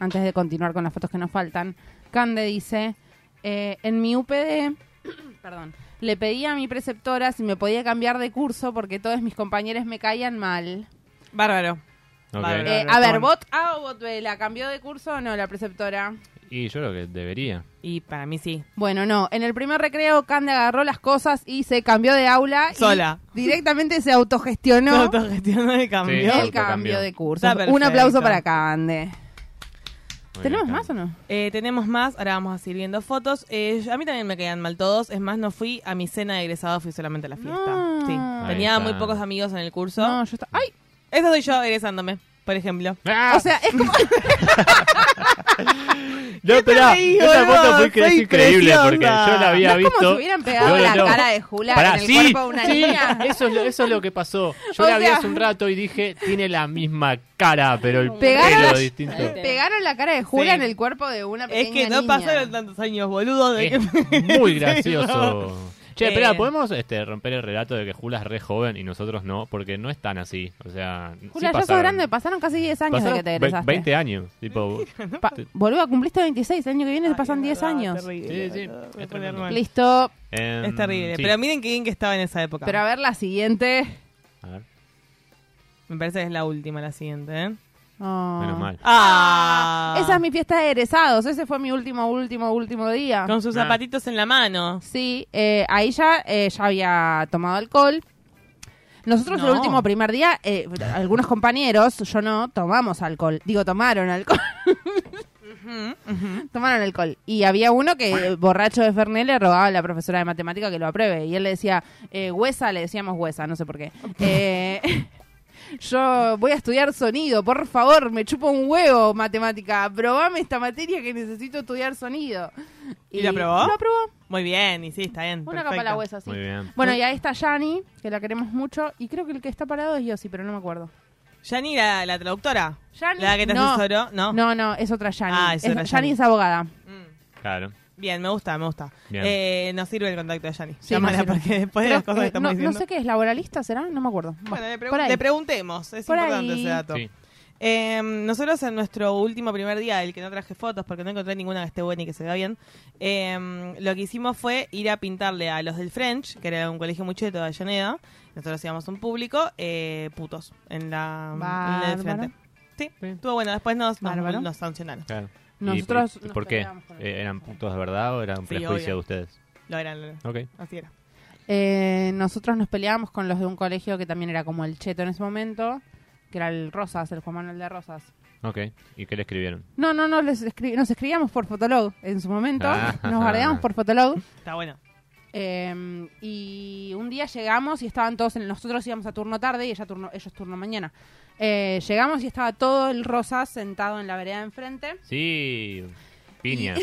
Speaker 6: Antes de continuar con las fotos que nos faltan. Cande dice, eh, en mi UPD, perdón, le pedí a mi preceptora si me podía cambiar de curso porque todos mis compañeros me caían mal.
Speaker 4: Bárbaro.
Speaker 5: Ok.
Speaker 4: Bárbaro.
Speaker 6: Eh,
Speaker 4: no,
Speaker 6: a ver,
Speaker 4: bueno.
Speaker 6: ¿bot A o bot B? ¿La cambió de curso o no la preceptora?
Speaker 5: Y yo lo que debería.
Speaker 4: Y para mí sí.
Speaker 6: Bueno, no. En el primer recreo, Cande agarró las cosas y se cambió de aula. y
Speaker 4: Sola.
Speaker 6: directamente se autogestionó
Speaker 4: Foto gestión de cambio.
Speaker 5: Sí.
Speaker 6: el cambio
Speaker 5: Autocambio.
Speaker 6: de curso.
Speaker 4: Está
Speaker 6: Un
Speaker 4: perfecto.
Speaker 6: aplauso para Cande.
Speaker 5: Muy
Speaker 6: ¿Tenemos
Speaker 5: bien,
Speaker 6: más o no?
Speaker 4: Eh, tenemos más, ahora vamos a seguir viendo fotos. Eh, yo- a mí también me quedan mal todos, es más, no fui a mi cena de egresado, fui solamente a la fiesta.
Speaker 7: Ah.
Speaker 6: No.
Speaker 4: Sí.
Speaker 6: Ahí
Speaker 4: Tenía
Speaker 5: está.
Speaker 4: muy pocos amigos en el curso.
Speaker 6: No, yo estaba. ¡Ay!
Speaker 4: Eso soy yo egresándome, por ejemplo.
Speaker 5: ¡Ah!
Speaker 6: O sea, es como.
Speaker 5: no, espera,
Speaker 4: reí,
Speaker 5: esa
Speaker 4: boludo?
Speaker 5: foto fue que es
Speaker 4: Soy
Speaker 5: increíble porque yo
Speaker 4: preciosa.
Speaker 5: la había
Speaker 6: no es
Speaker 5: visto.
Speaker 6: como si hubieran pegado
Speaker 5: No,
Speaker 6: la
Speaker 5: no.
Speaker 6: cara de Jula
Speaker 5: Pará,
Speaker 6: en el
Speaker 5: sí,
Speaker 6: cuerpo de una
Speaker 5: sí,
Speaker 6: niña.
Speaker 5: Eso es, lo, eso es lo que pasó. Yo
Speaker 6: O
Speaker 5: la vi
Speaker 6: sea-
Speaker 5: hace un rato y dije, tiene la misma cara, pero el
Speaker 6: Pegaron
Speaker 5: pelo
Speaker 6: las-
Speaker 5: distinto.
Speaker 6: Pegaron la cara de Jula
Speaker 4: Sí.
Speaker 6: en el cuerpo de una
Speaker 4: Es
Speaker 6: pequeña
Speaker 4: que
Speaker 6: niña.
Speaker 4: no pasaron tantos años, boludo. De que...
Speaker 5: Es muy gracioso. Che,
Speaker 4: Eh.
Speaker 5: espera, ¿podemos este, romper el relato de que Jula es re joven y nosotros no? Porque no es tan así. O sea,
Speaker 6: Jula,
Speaker 5: sí
Speaker 6: ya sos
Speaker 5: pasaron-
Speaker 6: grande, pasaron casi 10 años
Speaker 5: pasaron
Speaker 6: de que te
Speaker 5: ve-
Speaker 6: egresaste.
Speaker 5: 20 años. Tipo,
Speaker 6: Pa- boluda, cumpliste 26, el año que viene te pasan 10 años.
Speaker 5: Sí, sí,
Speaker 4: boludo, me
Speaker 5: es
Speaker 4: pone
Speaker 5: tremendo.
Speaker 4: mal.
Speaker 6: Listo.
Speaker 5: em,
Speaker 4: Es terrible.
Speaker 5: sí.
Speaker 4: Pero miren qué bien que estaba en esa época.
Speaker 6: Pero a ver la siguiente.
Speaker 5: A ver,
Speaker 4: Me parece que es la última, la siguiente. ¿eh?
Speaker 6: Oh.
Speaker 5: menos mal.
Speaker 4: Ah,
Speaker 6: Esa es mi fiesta de egresados. Ese fue mi último, último, último día.
Speaker 4: Con sus
Speaker 5: Ah.
Speaker 4: zapatitos en la mano.
Speaker 6: Sí, eh, ahí ya, eh, ya había tomado alcohol. Nosotros
Speaker 4: No.
Speaker 6: el último primer día, eh, algunos compañeros, yo no, tomamos alcohol. Digo, tomaron alcohol. Tomaron alcohol. Y había uno que, eh, borracho de Fernet, le rogaba a la profesora de matemática que lo apruebe. Y él le decía, eh, huesa, le decíamos huesa, no sé por qué. Eh, yo voy a estudiar sonido, por favor, me chupo un huevo matemática. Aprobame esta materia que necesito estudiar sonido.
Speaker 4: ¿Y lo aprobó?
Speaker 6: Lo aprobó.
Speaker 4: Muy bien, y sí, está bien.
Speaker 6: Una
Speaker 4: perfecto.
Speaker 6: capa la huesa, sí.
Speaker 5: Muy bien.
Speaker 6: Bueno, y ahí está Yani, que la queremos mucho. Y creo que el que está parado es Yossi, pero no me acuerdo.
Speaker 4: Yani, la, la traductora.
Speaker 6: Yani,
Speaker 4: La que te
Speaker 6: no.
Speaker 4: asesoró, ¿no?
Speaker 6: No, no, es otra Yani.
Speaker 4: Ah, es otra
Speaker 6: Yani
Speaker 4: Yani.
Speaker 6: es abogada.
Speaker 5: Claro.
Speaker 4: Bien, me gusta, me gusta.
Speaker 5: Bien.
Speaker 4: Eh, nos sirve el contacto de Yani.
Speaker 6: Sí,
Speaker 4: Llámala,
Speaker 6: nos sirve.
Speaker 4: porque después de
Speaker 6: Creo
Speaker 4: las cosas
Speaker 6: que-
Speaker 4: que estamos
Speaker 6: no, no
Speaker 4: diciendo.
Speaker 6: sé qué es, ¿laboralista será? No me acuerdo.
Speaker 4: Bueno, le, pregun-
Speaker 6: por ahí.
Speaker 4: le preguntemos, es
Speaker 6: Por
Speaker 4: importante
Speaker 6: ahí.
Speaker 4: ese dato.
Speaker 5: Sí.
Speaker 4: Eh, nosotros en nuestro último primer día, el que no traje fotos porque no encontré ninguna que esté buena y que se vea bien, eh, lo que hicimos fue ir a pintarle a los del French, que era un colegio muy cheto de Avellaneda, nosotros hacíamos un público, eh, putos, en la, en la del frente.
Speaker 6: Bárbaro.
Speaker 4: Sí, estuvo bueno, después nos, nos,
Speaker 6: Bárbaro.
Speaker 4: nos sancionaron.
Speaker 5: claro. ¿Y
Speaker 6: Nosotros
Speaker 5: por-
Speaker 6: nos
Speaker 5: ¿Por qué?
Speaker 6: peleábamos con
Speaker 5: Eh, ¿Eran puntos de verdad o eran
Speaker 4: Sí,
Speaker 5: prejuicio
Speaker 4: obvio.
Speaker 5: de ustedes?
Speaker 4: Lo eran, lo eran.
Speaker 5: Ok.
Speaker 4: así era.
Speaker 6: Eh, nosotros nos peleábamos con los de un colegio que también era como el cheto en ese momento, que era el Rosas, el Juan Manuel de Rosas.
Speaker 5: Ok. ¿Y qué le escribieron?
Speaker 6: No, no, no, les escri- nos escribíamos por Fotolog en su momento.
Speaker 5: Ah.
Speaker 6: Nos bardeamos por Fotolog.
Speaker 4: Está bueno.
Speaker 6: Eh, y un día llegamos y estaban todos en nosotros íbamos a turno tarde y ella turno, ellos turno mañana. Eh, llegamos y estaba todo el Rosas sentado en la vereda de enfrente
Speaker 5: Sí. Piñas.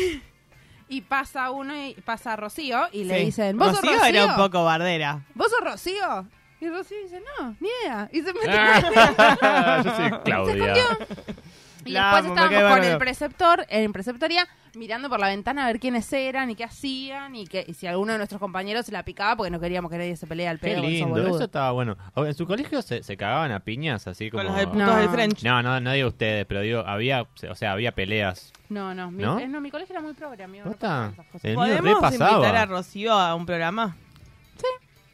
Speaker 6: y pasa uno y pasa Rocío y le
Speaker 4: Sí.
Speaker 6: dicen, "¿Vos sos
Speaker 4: Rocío
Speaker 6: Rocío?
Speaker 4: era un poco bardera.
Speaker 6: ¿Vos sos Rocío?" Y Rocío dice, no, ni idea. Y se metió.
Speaker 5: Ah, Yo soy Claudia.
Speaker 6: Y
Speaker 4: La
Speaker 6: después
Speaker 4: amo, me
Speaker 6: estábamos
Speaker 4: cae
Speaker 6: con
Speaker 4: bárbaro.
Speaker 6: el preceptor, en preceptoría, mirando por la ventana a ver quiénes eran y qué hacían y, que, y si alguno de nuestros compañeros se la picaba porque no queríamos que nadie se pelee al
Speaker 5: Qué
Speaker 6: pedo. con esos
Speaker 5: lindo,
Speaker 6: boludos.
Speaker 5: eso estaba bueno. Ahora, ¿En su colegio se, se cagaban a piñas así como...?
Speaker 4: Con los de putos
Speaker 6: No.
Speaker 4: del French.
Speaker 5: No, no, no digo ustedes, pero digo, había, o sea, había peleas.
Speaker 6: No, no, mi,
Speaker 5: ¿No?
Speaker 6: eh, no, mi colegio era muy progre, amigo. no
Speaker 5: ¿Posta? Eh.
Speaker 6: pasaban esas cosas.
Speaker 5: El mío
Speaker 4: ¿Podemos
Speaker 5: repasaba.
Speaker 4: invitar a Rocío a un programa? Sí.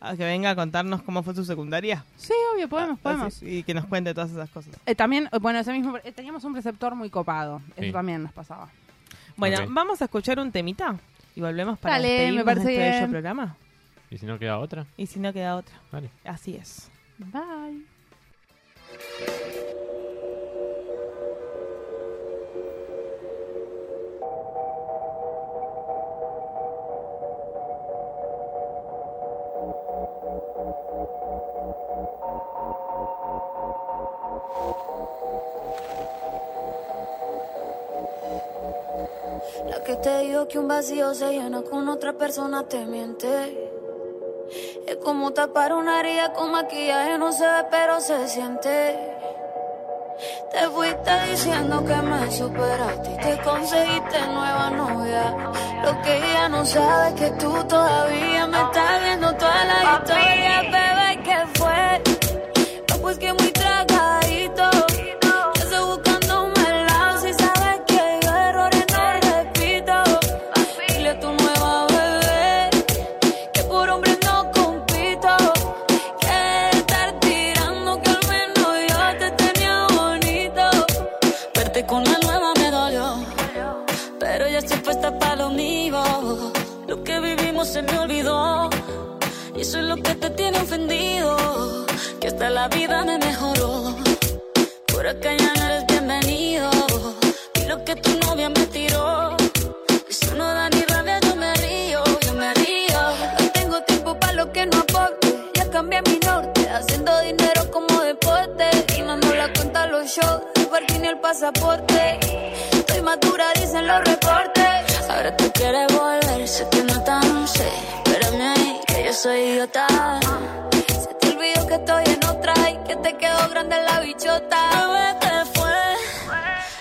Speaker 4: A que venga a contarnos cómo fue su secundaria.
Speaker 6: Sí, obvio,
Speaker 5: Ah,
Speaker 6: podemos, podemos.
Speaker 4: Así, Y que nos cuente todas esas cosas.
Speaker 6: Eh, también, eh, bueno, ese mismo, eh, teníamos un preceptor muy copado. Eso
Speaker 5: Sí.
Speaker 6: también nos pasaba.
Speaker 4: Bueno,
Speaker 5: Ok.
Speaker 4: vamos a escuchar un temita y volvemos para
Speaker 6: Dale,
Speaker 4: despedirnos
Speaker 6: me parece
Speaker 4: de este bello
Speaker 6: bien.
Speaker 4: programa.
Speaker 5: ¿Y si no queda otra?
Speaker 4: Y si no queda otra.
Speaker 5: Vale.
Speaker 4: Así es.
Speaker 6: Bye.
Speaker 3: La que te dijo que un vacío se llena con otra persona te miente. Es como tapar una herida con maquillaje, no se ve, pero se siente. Te fuiste diciendo que me superaste y te conseguiste nueva novia. Lo que ella no sabe es que tú todavía me estás viendo toda la historia, bebé, que fue. No, pues que muy tragadito. Yo estoy buscándome el lado. Si sabes que yo errores no repito. Dile a tu nueva bebé que por hombre no compito. Que estar tirando que al menos yo te tenía bonito. Verte con la nueva me dolió. Pero ya estoy puesta para lo mío. Lo que vivimos se me olvidó. Y eso es lo que te tiene ofendido. Que hasta la vida me mejoró. Por acá ya no eres bienvenido. Y lo que tu novia me tiró. Eso no da ni rabia, yo me río, yo me río. No tengo tiempo para lo que no aporte. Ya cambié mi norte, haciendo dinero como deporte. Y no nos la cuenta los shows, el parking y el pasaporte. Estoy madura, dicen los reportes. Ahora tú quieres volver, sé que no tan sé. Espérame ahí, que yo soy idiota. Se te olvidó que estoy en otra y que te quedó grande la bichota. Bebé, te fue.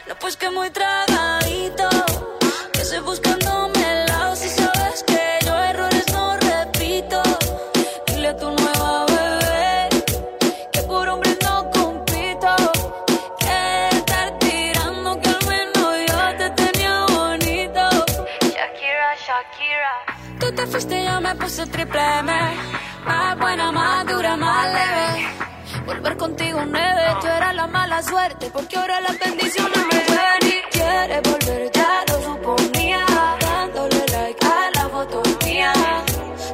Speaker 3: No, pues que muy tragadito. Que estoy buscándome el lado. Si sabes que yo errores no repito. Dile a tu nueva bebé que por hombre no compito. Que estar tirando que al menos yo te tenía bonito. Shakira, Shakira. Tú te fuiste, yo me puse triple M. Más buena, más dura, más leve. Volver contigo nueve, yo era la mala suerte, porque ahora la bendición no me ven y quiere volver, ya lo suponía, dándole like a la foto mía,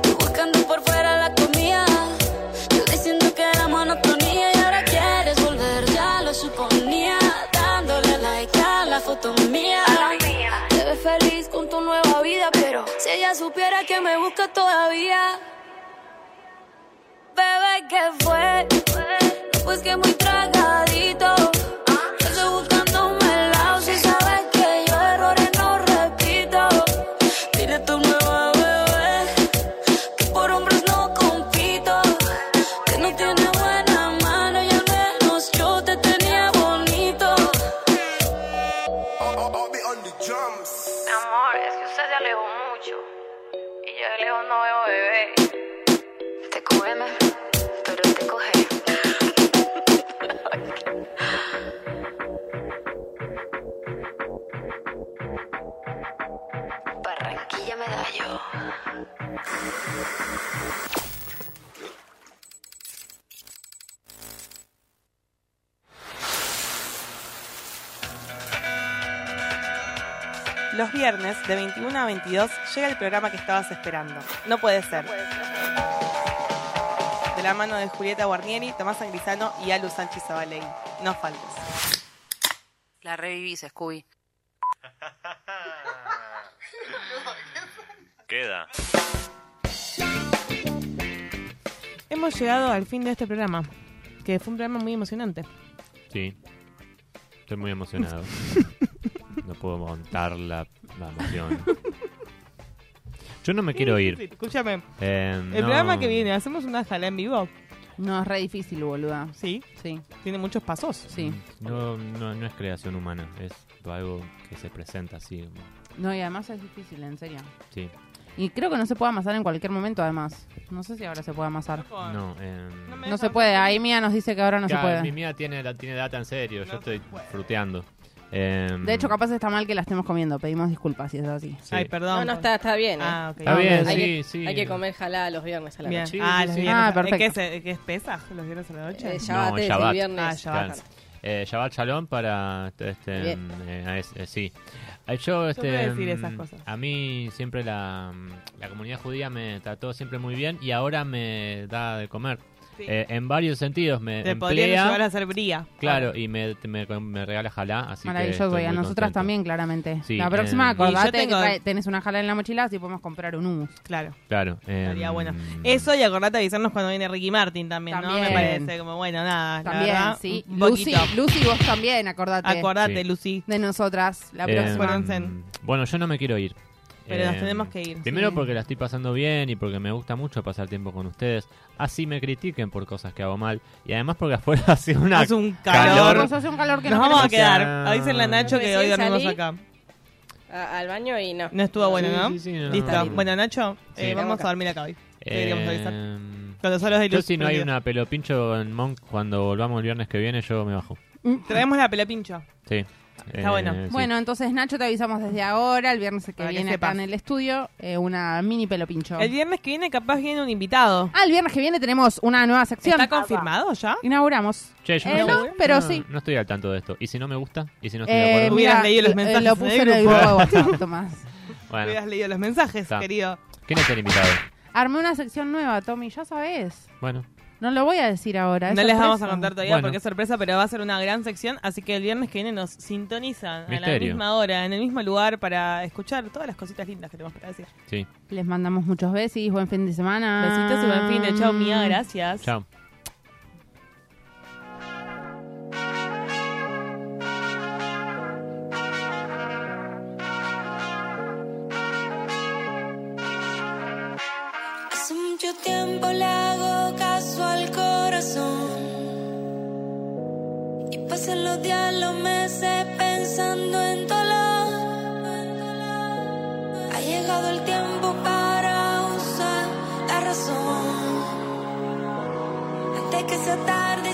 Speaker 3: tú buscando por fuera la comida, yo diciendo que era monotonía y ahora quieres volver, ya lo suponía, dándole like a la foto mía. Te ves feliz con tu nueva vida, pero si ella supiera que me busca todavía. Bebé, que fue? No, Pues que muy tragadito. Yo estoy buscando un melao. Si sabes que yo errores no repito. Dile a tu nueva bebé que por hombres no compito. Que no tiene buena mano y al menos yo te tenía bonito.
Speaker 8: Amor, es que usted se alejó mucho. Y yo de lejos no veo bebé. Te cógeme, pero te coge. Barranquilla medallo.
Speaker 4: Los viernes de 21 a 22 llega el programa que estabas esperando. No puede ser. De la mano de Julieta Guarnieri, Tomás Angrisano y Alu Sánchez Zabaley. No faltes.
Speaker 10: La revivís, Scooby.
Speaker 12: Queda.
Speaker 4: Hemos llegado al fin de este programa, que fue un programa muy emocionante.
Speaker 5: Sí. Estoy muy emocionado. no puedo montar la, la emoción. Yo no me eh, quiero ir.
Speaker 4: Escúchame,
Speaker 5: Eh,
Speaker 4: el
Speaker 5: no.
Speaker 4: programa que viene, ¿hacemos una jala en vivo?
Speaker 6: No, es re difícil, boluda.
Speaker 4: Sí,
Speaker 6: Sí,
Speaker 4: tiene muchos pasos.
Speaker 6: sí.
Speaker 5: Mm. No, no, no es creación humana, es algo que se presenta así. como-
Speaker 6: No, y además es difícil, en serio.
Speaker 5: Sí.
Speaker 6: Y creo que no se puede amasar en cualquier momento, además. No sé si ahora se puede amasar.
Speaker 5: No, em,
Speaker 4: Ah. No me-
Speaker 6: No se puede. Ahí Mía nos dice que ahora no se
Speaker 5: claro, Mi
Speaker 6: puede.
Speaker 5: mía tiene, la- tiene data en serio,
Speaker 4: No
Speaker 5: yo estoy
Speaker 4: se puede.
Speaker 5: fruteando. Em,
Speaker 6: De hecho, capaz está mal que la estemos comiendo. Pedimos disculpas si es así.
Speaker 5: sí.
Speaker 4: Ay, perdón.
Speaker 7: No, no, está, está bien. ¿eh?
Speaker 4: Ah, ok.
Speaker 5: Está bien,
Speaker 7: hay
Speaker 5: sí,
Speaker 7: que,
Speaker 5: sí.
Speaker 7: Hay que comer jalá los viernes a la
Speaker 4: Bien.
Speaker 7: noche.
Speaker 5: Sí,
Speaker 4: ah,
Speaker 5: sí,
Speaker 4: los
Speaker 5: sí.
Speaker 4: viernes.
Speaker 6: Ah,
Speaker 4: ¿Es que
Speaker 6: perfecto.
Speaker 4: se- ¿Qué es pesaj los viernes a la noche?
Speaker 7: Eh,
Speaker 5: No,
Speaker 7: Shabbat es
Speaker 5: Shabbat.
Speaker 7: el viernes.
Speaker 4: Ah, Shabbat.
Speaker 5: Claro. Eh, Shabbat Shalom para este, este,
Speaker 7: Bien.
Speaker 5: mm, eh, es- eh, sí. Eh, Yo, este,
Speaker 4: voy a decir
Speaker 5: mm,
Speaker 4: esas cosas.
Speaker 5: a mí siempre la, mm, la comunidad judía me trató siempre muy bien y ahora me da de comer.
Speaker 4: Sí.
Speaker 5: Eh, en varios sentidos me
Speaker 4: Te podrían
Speaker 5: emplea,
Speaker 4: llevar a hacer bría.
Speaker 5: claro, y me, me, me regala jalá, así que
Speaker 6: Maravilloso,
Speaker 5: estoy
Speaker 6: y a
Speaker 5: muy
Speaker 6: nosotras
Speaker 5: contento.
Speaker 6: también, claramente.
Speaker 5: Sí,
Speaker 6: la próxima,
Speaker 5: eh,
Speaker 4: Y yo
Speaker 6: acordate
Speaker 4: tengo-
Speaker 6: que trae- tenés una jala en la mochila, así podemos comprar un humus.
Speaker 4: Ah, Claro,
Speaker 5: Claro. eh,
Speaker 4: estaría bueno.
Speaker 5: mm,
Speaker 4: Eso y acordate de avisarnos cuando viene Ricky Martin también, ¿no? Me
Speaker 6: También.
Speaker 4: parece como, bueno, nada. la
Speaker 6: También,
Speaker 4: verdad,
Speaker 6: sí.
Speaker 4: Un
Speaker 6: Lucy,
Speaker 4: poquito.
Speaker 6: Lucy, vos también, acordate
Speaker 4: Acordate,
Speaker 5: Sí.
Speaker 4: Lucy.
Speaker 6: de nosotras la
Speaker 5: eh,
Speaker 6: próxima.
Speaker 4: Acuérdense.
Speaker 5: bueno, yo no me quiero ir. Em,
Speaker 4: Pero nos tenemos que ir,
Speaker 5: Primero
Speaker 6: sí.
Speaker 5: porque la estoy pasando bien y porque me gusta mucho pasar tiempo con ustedes. Así me critiquen por cosas que hago mal. Y además porque afuera hace una...
Speaker 4: Hace un
Speaker 5: calor.
Speaker 4: calor.
Speaker 6: Nos hace un calor que
Speaker 4: Nos
Speaker 6: no
Speaker 4: vamos a
Speaker 5: queremos
Speaker 4: quedar.
Speaker 5: quedar.
Speaker 4: Avísenle a Nacho que
Speaker 7: Recién
Speaker 4: hoy dormimos
Speaker 7: salí.
Speaker 4: acá.
Speaker 7: A- al baño y no.
Speaker 4: No estuvo bueno,
Speaker 5: Sí,
Speaker 4: ¿no?
Speaker 5: sí, sí, no,
Speaker 4: Listo.
Speaker 5: no, no.
Speaker 4: Bueno, Nacho,
Speaker 5: Sí.
Speaker 4: eh, vamos a dormir acá hoy. Te queríamos avisar.
Speaker 5: Eh,
Speaker 4: Con los solos de
Speaker 5: yo
Speaker 4: luz.
Speaker 5: si no hay
Speaker 4: prendidos.
Speaker 5: una pelopincho en Monk cuando volvamos el viernes que viene, yo me bajo.
Speaker 4: Traemos la pelopincho.
Speaker 5: Sí. Eh,
Speaker 4: Está bueno.
Speaker 5: sí.
Speaker 6: Bueno, entonces Nacho te avisamos desde ahora, el viernes que
Speaker 4: Para que
Speaker 6: viene acá
Speaker 4: sepas.
Speaker 6: en el estudio, eh, una mini pelo pincho.
Speaker 4: El viernes que viene capaz viene un invitado.
Speaker 6: Ah, el viernes que viene tenemos una nueva sección.
Speaker 4: ¿Está confirmado ya?
Speaker 6: Inauguramos.
Speaker 5: Che, yo
Speaker 6: Eh,
Speaker 5: no,
Speaker 6: no,
Speaker 5: estoy-
Speaker 6: pero
Speaker 5: no,
Speaker 6: sí.
Speaker 5: No estoy al tanto de esto. ¿Y si no me gusta? ¿Y si no estoy de
Speaker 6: Eh,
Speaker 5: acuerdo?
Speaker 4: Hubieras
Speaker 6: mira,
Speaker 4: leído los
Speaker 6: eh,
Speaker 4: mensajes
Speaker 6: lo
Speaker 4: en
Speaker 6: puse
Speaker 4: el
Speaker 6: en el
Speaker 4: grupo.
Speaker 6: grupo de WhatsApp, Tomás.
Speaker 5: Bueno,
Speaker 4: Hubieras leído los mensajes,
Speaker 5: Está.
Speaker 4: querido.
Speaker 5: ¿quién es el invitado?
Speaker 6: Armé una sección nueva, Tommy, ya sabes.
Speaker 5: Bueno,
Speaker 6: No lo voy a decir ahora. es
Speaker 4: No les vamos a
Speaker 6: sorpresa.
Speaker 4: contar todavía
Speaker 5: Bueno.
Speaker 4: porque es sorpresa, pero va a ser una gran sección. Así que el viernes que viene nos sintonizan a la
Speaker 5: Misterio.
Speaker 4: misma hora, en el mismo lugar, para escuchar todas las cositas lindas que tenemos para decir.
Speaker 5: sí.
Speaker 6: Les mandamos muchos besos, buen fin de semana.
Speaker 4: Besitos y buen fin de chao, mía. Gracias.
Speaker 5: Chao.
Speaker 8: Hace mucho tiempo le hago caso al corazón. Y pasan los días, los meses pensando en dolor. Ha llegado el tiempo para usar la razón. Antes que sea tarde.